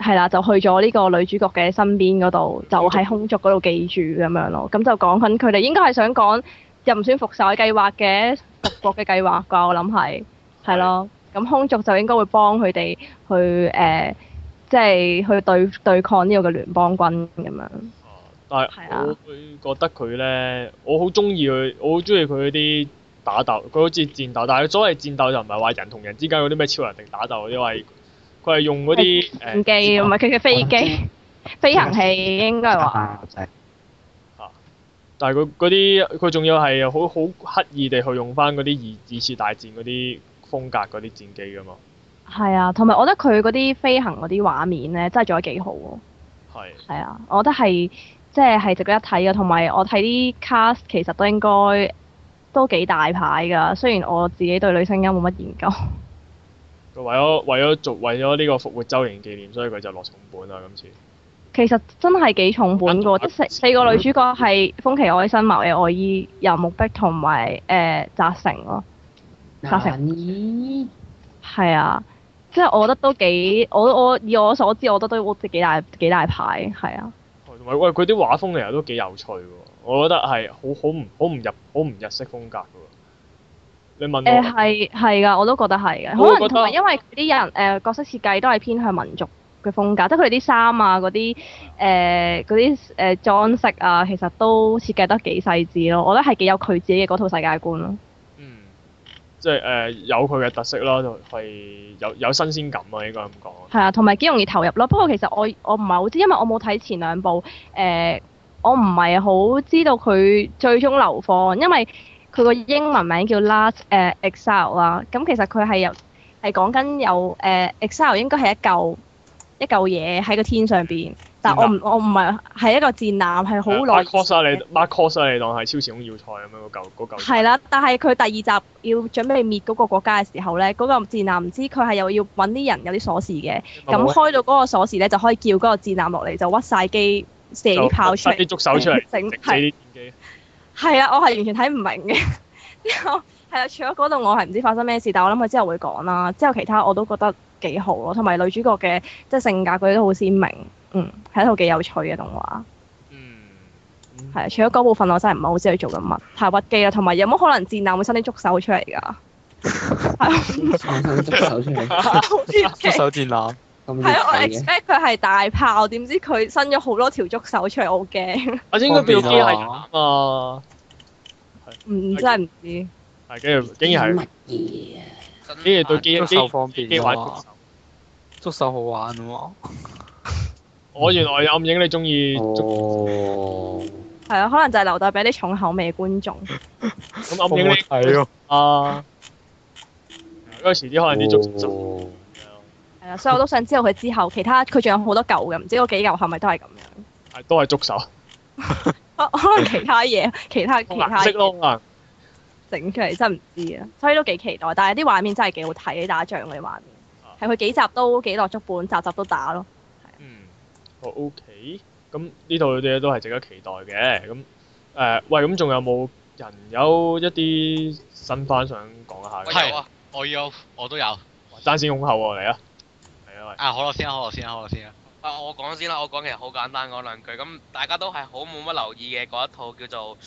係啦，就去咗呢個女主角嘅身邊嗰度，就喺空族嗰度記住咁樣咯。咁就講緊佢哋應該係想講又唔算復仇嘅計劃嘅復國嘅計劃啩，我諗係係咯。咁空族就應該會幫佢哋去誒、呃即係去對對抗呢個嘅聯邦軍咁樣。
但
係
係
啊
我會覺得佢咧，我好中意佢，我好中意佢嗰啲打鬥，佢好似戰鬥，但係佢所謂戰鬥就唔係話人同人之間嗰啲咩超人定打鬥嗰啲，係佢係用嗰啲誒
戰機唔係佢嘅飛機、飛行器應該係話。
啊，就係
但係佢嗰啲佢仲要係好好刻意地去用翻嗰啲二二次大戰嗰啲風格嗰啲戰機噶嘛，
係啊，同埋我覺得佢嗰啲飛行嗰啲畫面咧，真係做得幾好喎。
係
係啊，我覺得係即係係值得一睇嘅，同埋我睇啲 cast 其實都應該都幾大牌㗎。雖然我自己對女聲音冇乜研究，
佢為咗為咗做為咗呢個復活周年紀念，所以佢就落重本啦今次。
其實真係幾重本㗎喎。即四四個女主角係風奇愛新、茅野愛衣、由木碧同埋誒澤成咯。殺成
咦？
係啊，即係我覺得都幾我我以我所知，我覺得都幾大幾大牌係啊。
同埋喂，佢啲畫風其實都幾有趣喎，我覺得係好好唔好唔入好唔日式風格嘅喎。你問我，
誒呃係係噶，我都覺得係嘅。
我會覺
可
得
能同埋因為啲人誒、呃角色設計都係偏向民族嘅風格，即係佢哋啲衫啊、嗰啲誒嗰啲誒裝飾啊，其實都設計得幾細緻咯。我覺得係幾有佢自己嘅嗰套世界觀咯。
嗯，
即係誒、有佢嘅特色啦，就係有有新鮮感啊，應該咁講。
係啊，同埋幾容易投入咯。不過其實我我唔係好知，因為我冇睇前兩部，誒、我唔係好知道佢最終流放，因為佢個英文名叫 Last 誒 Exile 啦。咁其實佢係有係講緊有誒、Exile 呃應該係一嚿一嚿嘢喺個天上邊，但我唔我唔係係一個戰艦，係好
誒
耐以
Mark
前
Cross 啊，你
嘅。
Mark Cross 啊，你當係超時空要塞咁樣嗰嚿嗰嚿。
係。啦，但係佢第二集要準備滅嗰個國家嘅時候咧，嗰、個戰艦唔知佢係又要揾啲人有啲鎖匙嘅，咁開到嗰個鎖匙咧，就可以叫嗰個戰艦落嚟，就屈晒機射啲炮
就
出
啲
嚟。
觸手出嚟，
整
整死啲戰機。
係啊，我係完全睇唔明嘅。 之後係啊啦，除咗嗰度我係唔知發生咩事，但我諗佢之後會講啦。之後其他我都覺得幾好咯，同埋女主角嘅即係性格佢都好鮮明，嗯，係一套幾有趣嘅動畫。
嗯，
係啊，除咗嗰部分我真係唔係好知佢做緊乜，太屈機啦，同埋有冇可能戰艦會伸啲觸手出嚟㗎？
創新觸手出嚟，
好 獵奇
觸手戰艦，
咁
係啊，我
熱睇嘅。
expect 佢係大炮，點知佢伸咗好多條觸手出嚟，我好驚，
啊，應該
方
表
便啊
機係人啊嘛，
唔真係唔知。
係跟住竟然係
乜嘢啊？
真
竟然對機
觸手方便
機玩觸
啊
手。
觸手好玩喎。
我原來暗影你中意觸
哦，
係啊，可能就係留待俾啲重口味嘅觀眾。
咁暗影你
睇咯，
啊，嗰時啲可能啲觸手。
哦
係啦，所以我都想知道佢之後其他佢仲有好多舊嘅，唔知嗰幾舊係咪都係咁樣？
係都係觸手，
可 可能其他嘢，其他其
顏
他
色
嘢
咯可能
整出嚟真係唔知啊，所以都幾期待。但係啲畫面真係幾好睇，打仗嗰啲畫面。
啊
係佢幾集都幾落足本，集集都打咯。
嗯，
哦 OK，咁呢套嘢都係值得期待嘅。咁誒、喂，咁仲有冇人有一啲新番想講一下
我
嘅？
係
有啊，
我有，我都有。啊
爭先恐後喎、嚟啊！嚟啊！喂
啊，可樂先啊，可樂先啊，可樂先啊。
啊我講先啦，我講其實好簡單講兩句，咁大家都係好冇乜留意嘅嗰一套叫做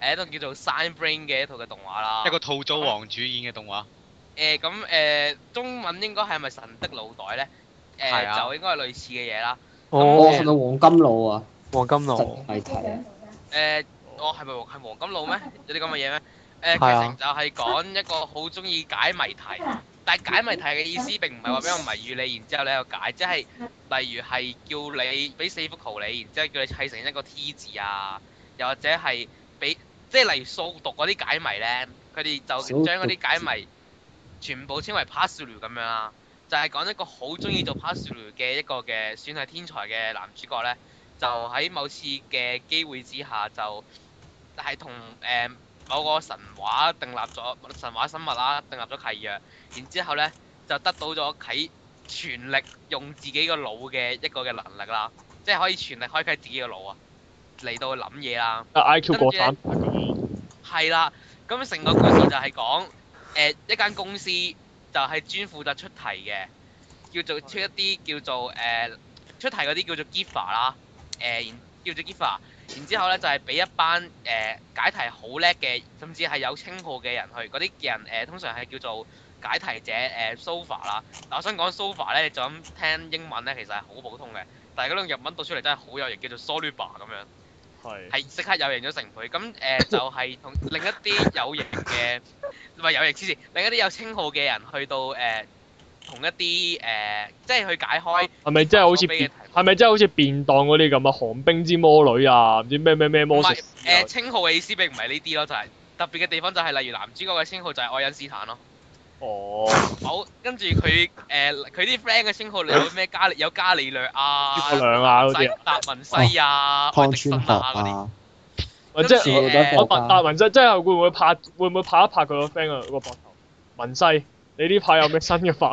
誒一套叫做《Sign Brain》嘅一套嘅動畫啦。
一個吐槽王主演嘅動畫。
誒咁誒中文應該係咪神的腦袋咧？誒、
係啊
就應該係類似嘅嘢啦。
我
哦，
係咪黃金路啊？
黃金
真
路
係睇。
誒、我係咪係黃金路咩？有啲咁嘅嘢咩？誒、
係啊
呃劇情就係講一個好中意解謎題，但係解謎題嘅意思並唔係話俾個謎語你，然之後你喺度解，即係例如係叫你俾四幅圖你，然之後叫你砌成一個 T 字啊，又或者係俾即係例如數獨嗰啲解謎咧，佢哋就將嗰啲解謎全部稱為 puzzle 咁樣啦。就係講一個好中意做 puzzle 嘅一個嘅算係天才嘅男主角咧，就喺某次嘅機會之下就係同呃誒某個神話訂立咗神話生物啦，訂立咗契約，然之後咧就得到咗啟全力用自己個腦嘅一個嘅能力啦，即係可以全力開啟自己個腦啊，嚟到諗嘢啊
得
啦。
IQ 啊過三，
係啦，咁成個故事就係講誒一間公司就係專負責出題嘅，叫做出一啲叫做誒、呃出題嗰啲叫做 giver 啦，誒、然叫做 giver，然之後咧就係、俾一班誒、呃解題好叻嘅，甚至係有稱號嘅人去，嗰啲人誒、呃通常係叫做解題者誒 sofa 啦。嗱，我想講 sofa 咧，你就咁聽英文咧，其實係好普通嘅，但係嗰種日文讀出嚟真係好有型，叫做 soluba 咁樣。
係
係即刻有型咗成倍。咁誒、 呃就係同另一啲有型嘅，唔係有型之前，另一啲有稱號嘅人去到誒、呃同一啲誒、呃即係去解開
係咪啊真係好似
所俾嘅
便
題目
係咪真係好似便當嗰啲咁啊？寒冰之魔女啊，唔知咩咩咩魔
唔
術
係誒
師
呃
啊
稱號嘅意思並唔係呢啲咯，就係、特別嘅地方就係例如男主角嘅稱號就係愛因斯坦咯。
啊哦，
好，跟住佢誒佢啲 friend 嘅稱號有咩加利有加利略
諸葛
啊、
亮啊嗰啲啊，
達文西啊、愛
湯
迪生
川學
啊嗰啲。
啊，
或者
跟住
我覺得
誒
我問達文西，即係會唔會拍會唔會拍一拍佢個 friend 啊個個膊頭？文西，你呢排有咩新嘅 發？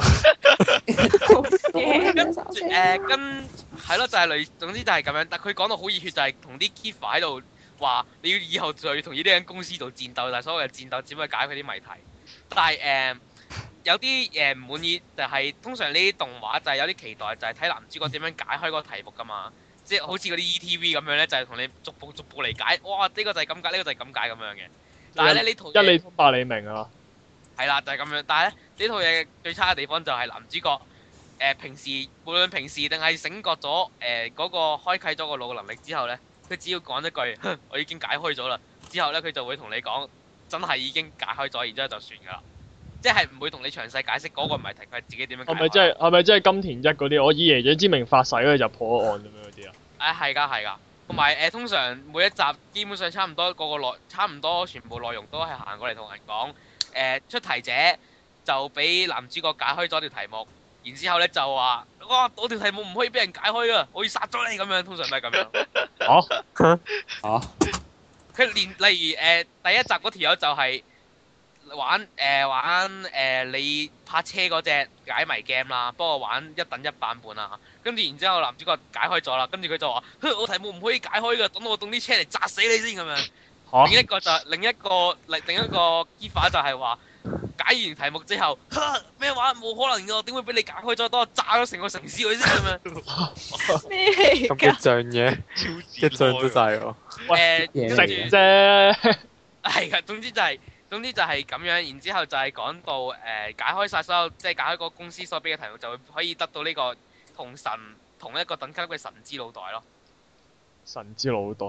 嘢
誒、跟係咯，就係、類，總之就係咁樣。但佢講到好熱血，就係同啲 k i f a 喺度話，你要以後就要同呢啲間公司度戰鬥，但係所謂嘅戰鬥只不過解佢啲謎題。但係誒、有啲誒唔滿意，就係、通常呢啲動畫就係有啲期待，就係睇男主角點樣解開嗰個題目㗎嘛。即係好似嗰啲 ETV 咁樣咧，就係、同你逐步逐步嚟解。哇！呢、個就係咁解，呢、個就係咁解咁樣嘅。但係咧呢套
一
嘢
理通百理明啊！
係啦，就係、咁樣。但係咧，呢套嘢最差嘅地方就係男主角誒、呃平時無論平時定係醒覺咗誒嗰個開啟咗個腦嘅能力之後咧，佢只要講一句哼我已經解開咗啦，之後咧佢就會同你講真係已經解開咗，然之後就算㗎啦。即係唔會同你詳細解釋嗰個唔係題，佢係自己點樣解
係
開。
咪即係係咪即係金田一嗰啲？我以爺爺之名發誓嗰啲就破案咁樣嗰啲啊？
誒係㗎係㗎，同埋誒通常每一集基本上差唔多個個內差唔多全部內容都係行過嚟同人講誒、呃出題者就俾男主角解開咗條題目，然之後咧就話哇我條題目唔可以俾人解開啊，我要殺咗你咁樣，通常都係咁樣。
嚇！
啊，
佢連例如誒、呃第一集嗰條友就係玩誒、玩誒、你泊車嗰只解謎 game 啦，不過玩一等一版本啦，跟住然之後男主角解開咗啦，跟住佢就話：哼我題目唔可以解開㗎，等我動啲車嚟砸死你先咁樣。
啊
另一個就係另一個另另一個 g 法就係話解完題目之後，哼咩話冇可能㗎，我點會俾你解開咗？等我炸咗成個城市佢先咁樣。
咩嚟
咁
㗎？
一仗嘢，一仗都晒喎。
誒
嘢
食
呃跟
嚟
住
嘅
啫，
係噶，總之就係、總之就係咁樣，然之後就係講到誒、解開晒所有，即係解開嗰個公司所俾嘅題目，就會可以得到呢個同神同一個等級嘅神之腦袋咯。
神之腦袋。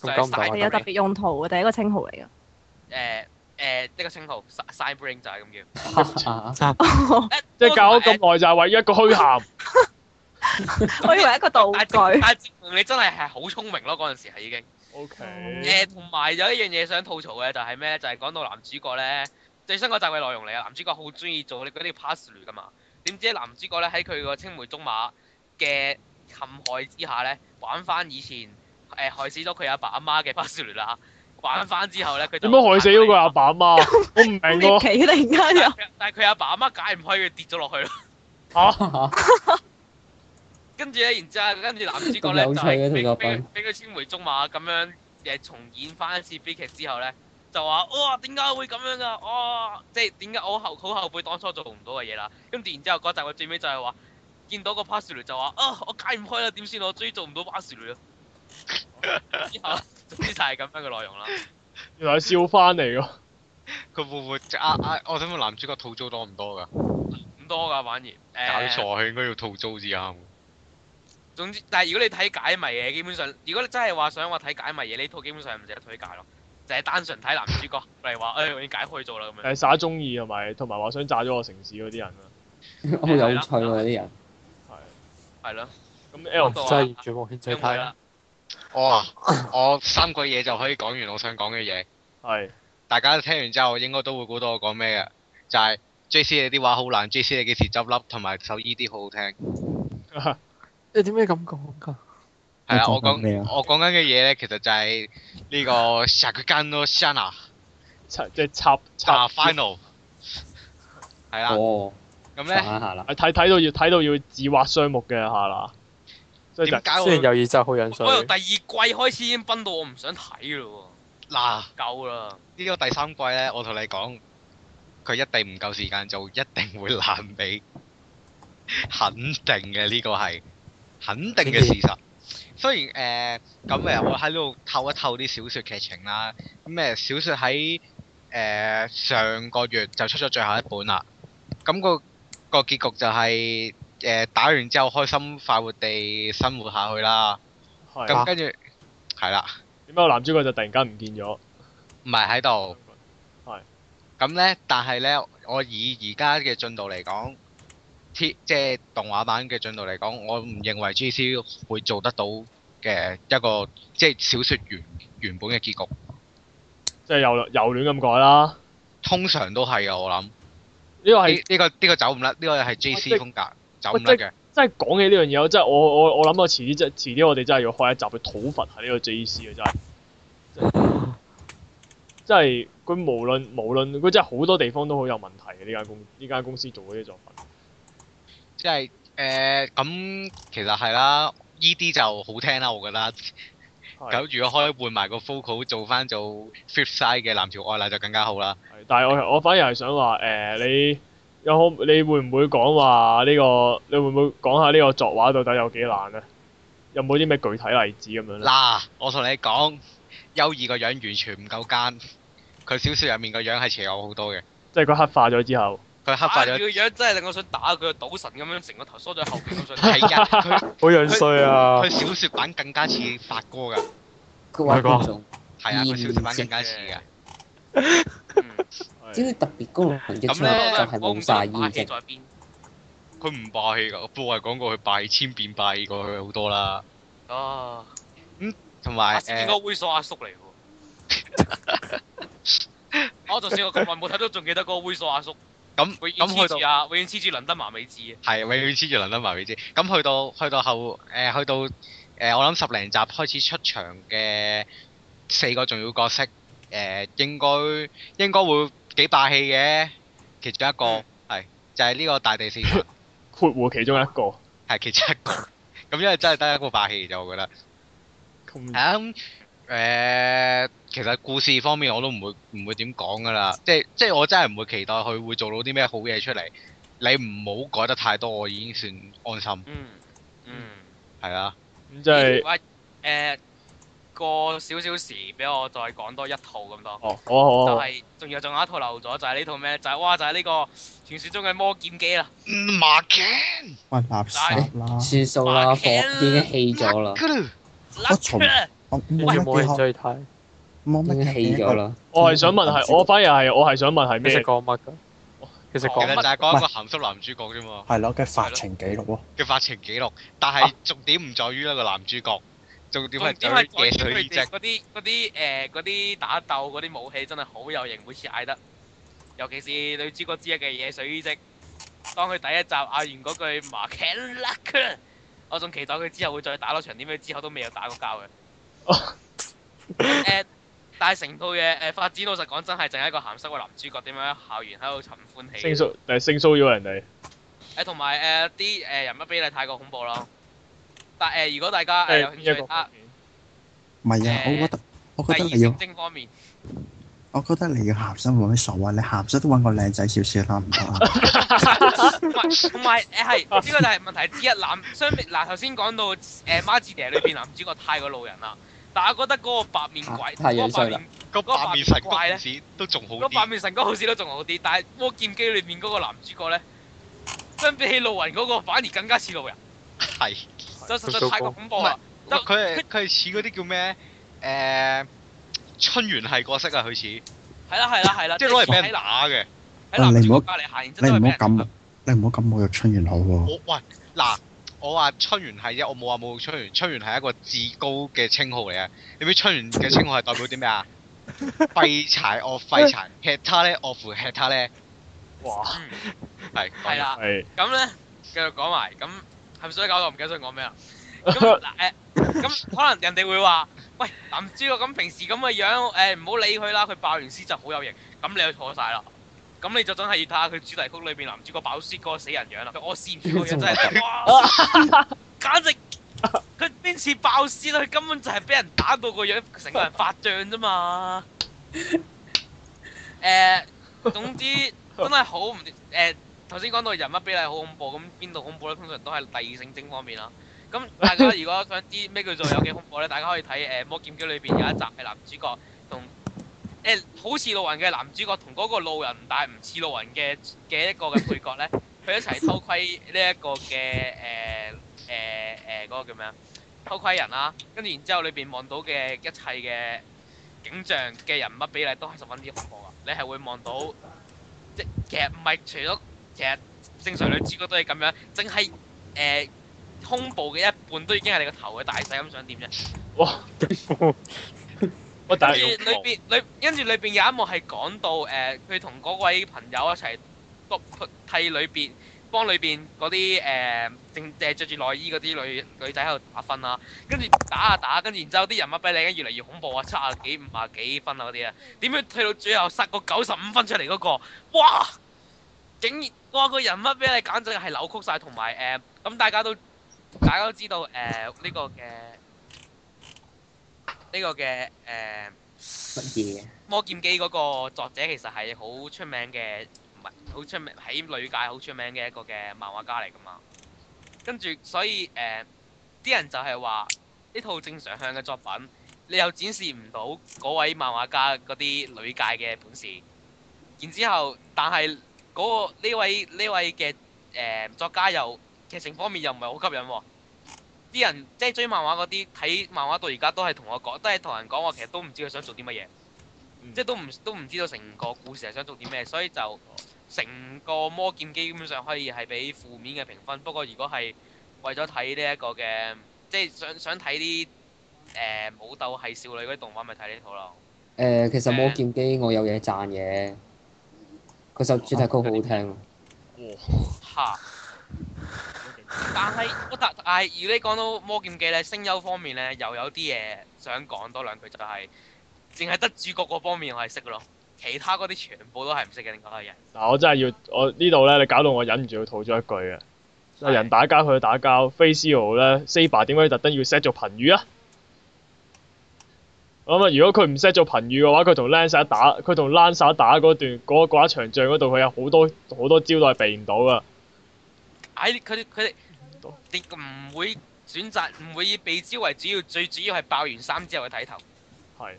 咁搞唔搞啊
係有特別用途嘅，第一個稱號嚟
誒
㗎。
誒呃呢個稱號 s i d e brain 就係咁叫。
啊
誒
哦即係搞咗咁
同埋誒
耐就係為咗一個虛涵，
我以為一個道
但係
具。
但係證明你真係係好聰明咯，嗰陣時係已經。
O K，
誒，同埋有一樣嘢想吐槽嘅就係咩咧？就係、講到男主角咧，最新嗰集嘅內容嚟啊！男主角好中意做你嗰啲 pass 噶嘛，點知男主角咧喺佢個青梅竹馬嘅陷害之下咧，玩翻以前誒、害死咗佢阿爸阿媽嘅 pass 啦，玩翻之後咧佢就
點樣害死啊咗佢阿爸阿媽？我唔明
咁
喎，
獵奇突然間又
但係佢但係佢阿爸阿媽解唔開，佢跌咗落去咯。
啊，
跟住咧，然之後跟住男主角
咁
咧就
有趣嘅
係俾
條作
俾佢
品
俾佢青梅竹馬咁樣誒重演翻一次悲劇之後咧，就話哇點解會咁樣噶？哦，即係點解我後好後悔當初做唔到嘅嘢啦。跟住然之後嗰集嘅最尾就係話見到個 pass 雷就話啊我解唔開啦，點算啊我終於做唔到 pass 雷啦。之後 總之就係咁樣嘅內容啦。
原來係笑翻嚟㗎。
佢會唔會啊啊？我想問男主角套租多唔多㗎？
唔多噶反而誒。
搞錯，佢應該要套租至啱。
總之，但係如果你睇解謎嘢，基本上，如果你真係話想我睇解謎嘢，呢套基本上唔值得推介咯，就係、單純睇男主角嚟話，誒、我已經解開咗啦咁 樣。
誒耍中意同埋同埋話想炸咗個城市嗰啲人啊啦。
好有趣喎啲人。
係咯，
咁 L
多
真
啊
係完全冇興趣
因為
睇啊
啦！，
我啊，我三個嘢就可以講完我想講嘅嘢。嗯
係
大家聽完之後應該都會估到我講咩嘅，就係 J.C. 你啲話好難，J.C. 你幾時執笠，同埋首 E.D. 好好聽。
你點解咁講啊㗎？
係啦，
你
我
講緊咩
講
啊
我講緊嘅嘢咧，其實就係呢個 s h a k u g a n o Shana
插 即係插插
啊 Final。係啦，
哦，
咁
玩
咧
下啦。
係睇睇到要睇到要自挖雙目嘅下啦。所以就
點解
雖然
我
有耳就好引水
我，由第二季開始已經崩到我唔想睇咯
嗱
喎，夠啦。
呢個第三季咧，我同你講，佢一定唔夠時間做，一定會爛尾，肯定嘅呢個係肯定嘅事實。雖然誒咁誒，我喺呢度透一透啲小説劇情啦。呃咁誒小説喺誒上個月就出咗最後一本啦。咁、個個結局就係誒打完之後開心快活地生活下去啦。
係
咁跟住係啦，
點解個男主角就突然間唔見咗？
唔係喺度。
係。
咁咧，但係咧，我以而家嘅進度嚟講，貼即係動畫版嘅進度嚟講，我唔認為 G.C. 會做得到嘅一個即係小説原原本嘅結局，
即係又又亂咁改啦。
通常都係嘅。我諗呢
呢個係
呢個呢個走唔甩，呢個係 G.C.
喂即
風格走唔甩嘅。
即係講起呢樣嘢，我真係我我我諗啊我遲啲即係遲啲我哋真係要開一集去討伐下呢個 J.C. 啊！真係真係，即係佢無論無論佢真係好多地方都好有問題嘅呢間公呢間公司做嗰啲作品。
即係誒咁，其實係啦，依啲就好聽啦，我覺得。
係
咁如果可以換埋個 focal 做翻做 flip side 嘅南朝愛啦，就更加好啦。
係但係我我反而係想話誒、你有可你會唔會講話呢個？你會唔會講下呢個作畫到底有幾難咧？有冇啲咩具體例子咁樣咧？
嗱，我同你講，優異個樣完全唔夠奸，佢小説入面個樣係邪惡好多嘅，
即係佢黑化咗之後，
佢黑化
啊佢
咗
個樣真係令我想打佢，賭神咁樣成個頭梳咗後邊咁
係
想。
㗎，佢
好樣衰啊！
佢小説版更加似發哥㗎，
佢話
唔係啩
佢仲
係啊，佢小説版更加似㗎。
嗯
只要特別嗰類嘅
咁
出
咧
就係冇晒
我唔知道霸氣
煙跡，
在邊。
佢唔霸氣㗎，我係講過佢霸氣千變霸氣過佢好多啦，
啊，
同
阿
埋
應
誒
該。猥瑣阿 叔嚟喎。我就算我咁耐冇睇都仲記得嗰個猥瑣阿叔，
咁
永遠
咁去
黐
到
住啊，永遠黐住倫敦麻美子嘅。
係永遠黐住倫敦埋你知。咁去到去到後誒、呃去到誒、我諗十零集開始出場嘅四個重要角色誒、呃應該應該會幾霸氣嘅。其中一個係、就係、呢個大地四神
括弧其中一個
係其中一個。咁因為真係得一個霸氣就我覺得
咁
係啊咁誒、其實故事方面我都唔會唔會點講㗎啦，即係即係我真係唔會期待佢會做到啲咩好嘢出嚟。你唔好改得太多，我已經算安心
嗯嗯。
係啊啦。
咁即係。
喂，誒過少少時，俾我再講多一套咁多。
哦，好啊好啊
就
好啊，
係仲有仲有一套漏咗，就係呢套咩？就係哇！就係呢個傳説中嘅魔劍機啦。
麻嘅，
喂垃圾啦！
算數啦，
哇
火已經氣咗 啦，
我從我
你
冇
叫
乜幾
冇興趣睇？
可，冇
已
乜
經
幾
氣
可
咗啦。
我係想問
嗯
係，我反而係我係想問係
其實
咩？
講乜㗎？其實
其
講
實就
乜？
係講一個鹹濕男主角啫嘛，
係咯，嘅發情記錄喎。
嘅發情記錄，但係重點唔在於呢個男主角，重點
啊重
係
點
在
係
於夜
在
水
於佢
衣隻
哋，嗰啲嗰啲誒嗰啲打鬥嗰啲武器真係好有型，每次嗌得，尤其是女主角之一嘅野水衣織，當佢第一集嗌完嗰句麻 can luck，我仲期待佢之後會再打多場，點解之後都未有打過交嘅。 誒、但係成套嘢誒、發展，老實講真係淨係一個鹹濕嘅男主角點樣喺校園喺度尋歡喜
性。騷誒性騷擾人哋，
誒同埋誒啲誒人物比例太過恐怖咯。但誒、如果大家誒、
即係
有
邊
興
一個
趣
方
啊，
面？
唔係啊，
誒
我覺得我
第
覺
二
得你要
性，徵方面，
我覺得你要鹹濕冇乜所謂，你鹹濕都揾個靚仔少少啦，唔得啊！
同埋同埋誒係呢個就係問題之一。男相比嗱頭先講到誒《孖子爹》裏邊男主角太過路人啦，但係我覺得嗰個白面
啊
鬼，嗰
太樣
個白
衰啦
面
個白面神公子都仲好
嗰個白
啲，
面神哥好似都仲好啲，但係《魔劍機》裏面嗰個男主角咧，相比起路人嗰個反而更加似路人，
係
就實在太過恐怖啊啦。
佢係佢係似嗰啲叫咩誒春元系角色啊，佢似即
係啦係啦啊係啦，
係攞嚟俾
喺
人
男
打嘅。
喺男
啊你唔
主角
好
隔離行，然之
你
後
唔
都係俾
好
人打
咁，你唔好咁侮辱春元好喎。
我喂嗱，我話春元系啫，我冇話冇春元，春元係一個至高嘅稱號嚟啊！你知春元嘅稱號係代表啲咩啊？廢柴惡廢柴，吃他咧，惡乎吃他咧，
哇，
嗯
係
係啦。
係
咁咧，繼續講埋，咁係咪所以搞到我唔記得想講咩啦？啊咁嗱誒，咁可能人哋會話：喂，男主角咁平時咁嘅樣，誒唔好理佢啦，佢爆完屍就好有型。咁你就錯晒啦。咁你就真係要睇下佢主題曲裏邊男主角爆屍嗰個死人樣啦。我試唔試 嗰樣真係，哇！簡直佢邊次爆屍啦？佢根本就係俾人打到個樣，成個人發脹啫 嘛。誒、總之真係好唔誒。頭先講到人物比例好恐怖，咁邊度恐怖咧？通常都係第二性徵方面啦。咁大家如果想知咩叫做有幾恐怖咧，大家可以睇誒《魔劍機》裏邊有一集係男主角同誒、誒好似路人嘅男主角同嗰個路人但係唔似路人嘅嘅一個嘅配角咧， 佢一齊偷窺呢一個嘅誒誒誒嗰個叫咩啊？偷窺人啦，跟住然之後裏邊望到嘅一切嘅景象嘅人物比例都係十分之恐怖啊！你係會望到即其實唔係除咗其實正常女主角都係咁樣，淨係誒胸部嘅一半都已經係你個頭嘅大細咁，想點啫？
哇！喂，啊但
跟
係
住裏邊裏跟住裏邊有一幕係講到誒，佢同嗰位朋友一齊督替裏邊幫裏邊嗰啲誒正誒著住內衣嗰啲女女仔喺度打分啦，跟住打下打，跟住然之後啲人物比例越嚟越恐怖啊，七啊幾五啊幾分啊嗰啲啊，點樣退到最後殺個九十五分出嚟嗰、個，哇！竟然哇個人物比例簡直係扭曲晒，同埋誒呃咁大家都大家都知道誒呃呢、個嘅呢、個嘅誒。呃
乜嘢？
魔劍姬嗰個作者其實係好出名嘅，唔係好出名喺女界好出名嘅一個嘅漫畫家嚟噶嘛。跟住所以誒，呃啲、人就係話呢套正常向嘅作品，你又展示唔到嗰位漫畫家嗰啲女界嘅本事。然之後，但係嗰、個呢位呢位嘅誒、呃作家又劇情方面又唔係好吸引喎、啲人即係追漫畫嗰啲睇漫畫到而家都係同我講，都係同人講話，其實都唔知佢想做啲乜嘢。即係都唔都唔知道成個故事係想做啲咩，所以就成個魔劍基本上可以係俾負面嘅評分。不過如果係為咗睇呢一個嘅，即係想想睇啲誒武鬥係少女嗰啲動畫，咪睇呢套咯。
誒、其實魔劍機我有嘢讚嘅，佢首主題曲好好聽啊。
嚇！但係我但但係，如果你講到魔劍記咧，聲優方面咧又有啲嘢想講多兩句，就係淨係得主角嗰方面我係識嘅咯，其他嗰啲全部都係唔識嘅，另外嘅人。
嗱，我真係要我呢度咧，你搞到我忍唔住要吐咗一句啊！真係人打交佢打交，Faceal 咧，Saber 點解特登要 set 做頻語啊？咁啊，如果佢唔 set 做頻語嘅話，佢同 Lancer 打，佢同 Lancer 打嗰段嗰嗰一場仗嗰度，佢有好多好多招都係避唔到噶。
唉，佢哋佢哋你唔會選擇，唔會以被招為主要，最主要係爆完衫之後去睇頭。
係。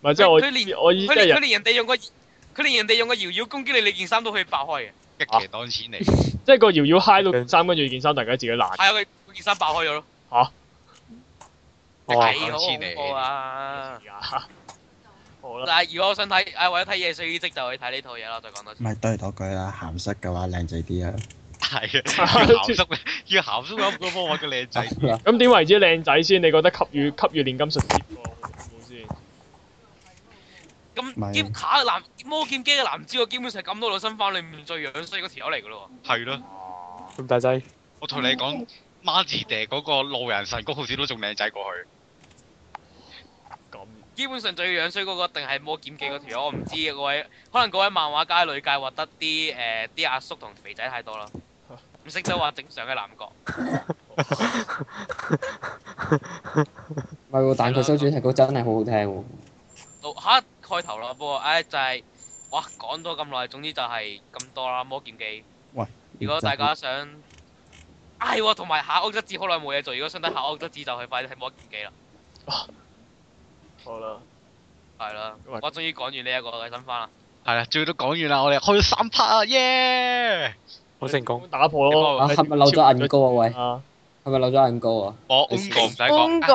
咪即係我
佢連
我意
佢
即係
連佢
人
連人哋用個佢連人哋用個搖搖攻擊你，你件衫都可以爆開嘅。
啊一騎當千嚟，
即係個搖搖 high 到件衫，跟住件衫突然間自己爛。
係啊，佢佢件衫爆開咗咯。
嚇！
哦
哇
係好恐怖啊！
好啦，
但係如果我想睇，唉，為咗睇夜水衣跡就去睇呢套嘢啦。再講多次。
咪都係嗰句啦，鹹濕嘅話靚仔啲啊！
係啊，要鹹濕，要鹹濕咁嗰方揾個靚仔，
咁點為之靚仔先？你覺得給予給予煉金術師個好唔好先？
咁
咪
劍卡嘅男魔劍機嘅男主角，基本上咁多老新番裏面最樣衰嗰條友嚟㗎咯
係咯。
咁大劑，
我同你講，孖字爹嗰個路人神谷好似都仲靚仔過佢。
咁
喎。基本上最樣衰嗰個一定係魔劍機嗰條友，我唔知嘅嗰位，可能嗰位漫畫家女界畫得啲誒啲阿叔同肥仔太多啦，唔識得畫正常嘅男角。
唔係喎，但佢首主題曲真係好好聽喎。
到嚇開頭啦，不過唉就係、哇講咗咁耐，總之就係咁多啦。魔劍記，
喂
如果大家想，唉喎，同埋下屋則子好耐冇嘢做，如果想睇下屋則子就去快啲睇魔劍記啦，
好啦，
係啦
喂。
我終於講完呢一個嘅新番啦，
係啦，最都講完啦，我哋開咗三 part 啊，耶！
好成功。
打破咯。
啊，係咪漏咗銀膏啊？喂，
啊！
係咪漏咗銀膏啊？
我 un 個唔使講
邊個？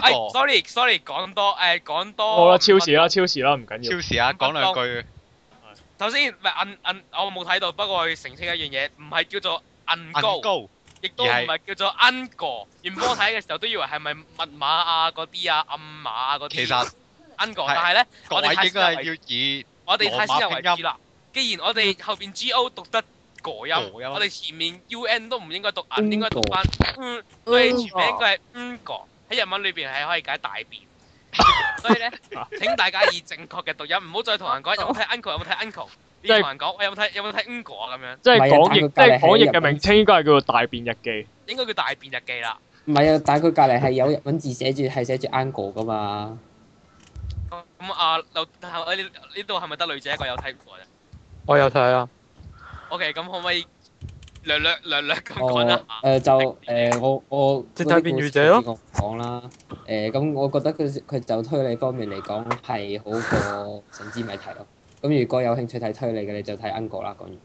唉
個
哎，sorry sorry，講多誒講多。
好啦，超時。啦，超時啦，唔緊要
超。時啊，講兩句。
首先唔係銀銀，我冇睇到，不過我要澄清一樣嘢，唔係叫做銀高
銀。啊高
亦都唔係叫做 un 個，原本我睇嘅時候都以為係咪密碼啊嗰啲啊暗碼啊嗰啲。
其實
un 個，
係
但係咧
各
我
位
哋睇先
應
啊
該
入
係
為
要以
我哋睇先入為
羅馬拼
主啦。既然我哋後邊 G O 讀得個音，
個音
我哋前面 U N 都唔應該讀銀，應該讀
嗯個
翻嗯，所以全名應該係嗯個。喺日文裏邊係可以解大便， 所以咧請大家以正確嘅讀音，唔好再同人講有冇睇 uncle 有冇睇 uncle，你要同人講我有冇睇有冇睇 uncle 啊咁樣，
即係
唔係啊
港譯，
打
即
佢隔離
係港譯
喺日
嘅
本
名稱應該係叫做《大便日記》。
應該叫大便日記啦。
唔係啊，但係佢隔離係有日文字寫住係寫住 uncle 噶嘛。
咁咁啊，劉呢呢度係咪得女仔一個有睇 uncle 啫
我有睇啊，
？OK，咁可唔可以略略略略咁
哦，
講一下。
誒、就誒、我我
即係變語者咯
我講啦，誒、咁我覺得佢佢就推理方面嚟講係好過神之謎題咯。咁如果有興趣睇推理嘅，你就睇 Uncle 啦。講完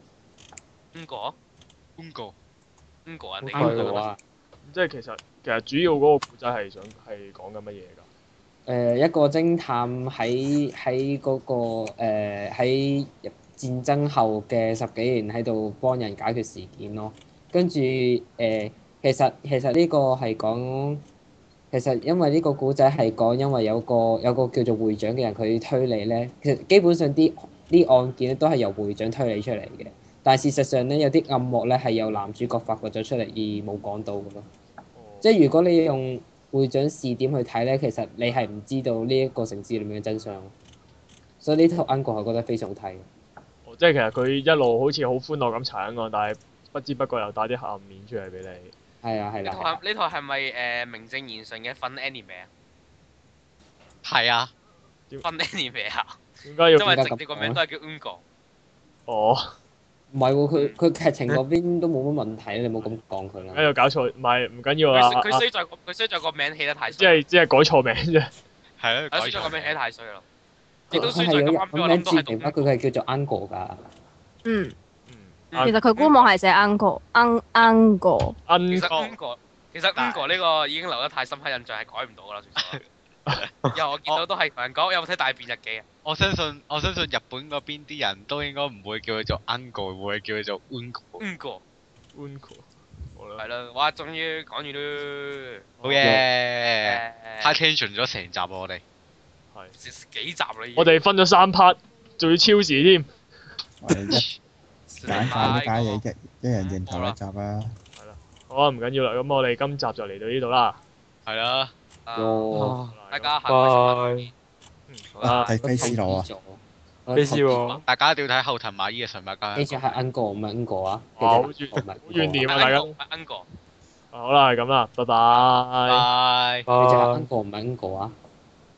邊個？
邊個？
邊個啊？你
係
Uncle 啊，
即係其實其實主要嗰個故仔係想係講緊乜嘢㗎？
誒、呃一個偵探喺喺嗰個誒喺、戰爭後嘅十幾年喺度幫人解決事件咯。跟住誒、其實其實呢個係講，其實因為呢個古仔係講，因為有個有個叫做會長嘅人，佢推理咧，其實基本上啲啲案件咧都係由會長推理出嚟嘅。但係事實上咧，有啲暗幕咧係由男主角發掘咗出嚟而冇講到嘅咯。即係如果你用會長視點去睇咧，其實你係唔知道呢一個城市裏面嘅真相。所以呢套《英國》我覺得非常好睇。
哦即係其實佢一路好似好歡樂咁查緊案，但係不知不覺又帶啲黑暗面出嚟俾你。
係啊，係
呢
啦，
套
係啦
係呢套係咪誒名正言順嘅 fun anime 啊
係啊，
？fun anime 啊？
點解
因
要
為直接個名都係叫 Ungo。
哦？
唔係
嗯
喎，佢佢劇情嗰邊都冇乜問題，你冇咁講佢
點
啦
啊
解。要搞錯？唔係唔緊要
佢
啦，
衰佢
啊
衰在個佢衰在個名起得太
只
衰，
係只係改錯名啫。
係咯，
啊
改
衰在個
錯
名起得太衰咯。亦
佢
都
佢
衰
係
在
有
咁
日
啱俾
文
我
名
諗
字
到
嚟
係
㗎，
讀
佢係叫做 Uncle
啊
㗎。
嗯，
嗯
其實佢官網係寫 uncle un uncle，
其實
Uncle
Ungo 其實 Ungo 呢個已經留得太深刻印象係改唔到㗎 啦，算數。又我見到都係同人講，有冇睇《大便日記》啊？
我相信我相信日本嗰邊啲人都應該唔會叫佢做 uncle，會叫佢做 uncle。
Ungo
Uncle，好啦
係。啦，哇！終於講完啦。
好嘢
誒
，high tension 咗成集啊我哋。
幾集啦已經？
我哋分咗三 part，仲要超時添。
我哋一揀晒呢家嘢，一一人認頭一集啦。
好啊，唔緊要啦，咁我哋今集就嚟到呢度啦。
係啦，
啊
哦，
大家下個星期
拜，
好啦，
係飛絲羅啊！
我
飛絲喎。
大家一定要睇後藤馬醫嘅神馬家。
記住係 Uncle 唔係 Uncle 啊。
哇好怨
記住係 Uncle
好
唔係 Uncle 啊
怨念啊，大家。
Uncle Uncle。
好啦，係咁啦，拜拜。
拜。
記住
拜
啊
係。Uncle 唔係 Uncle 啊。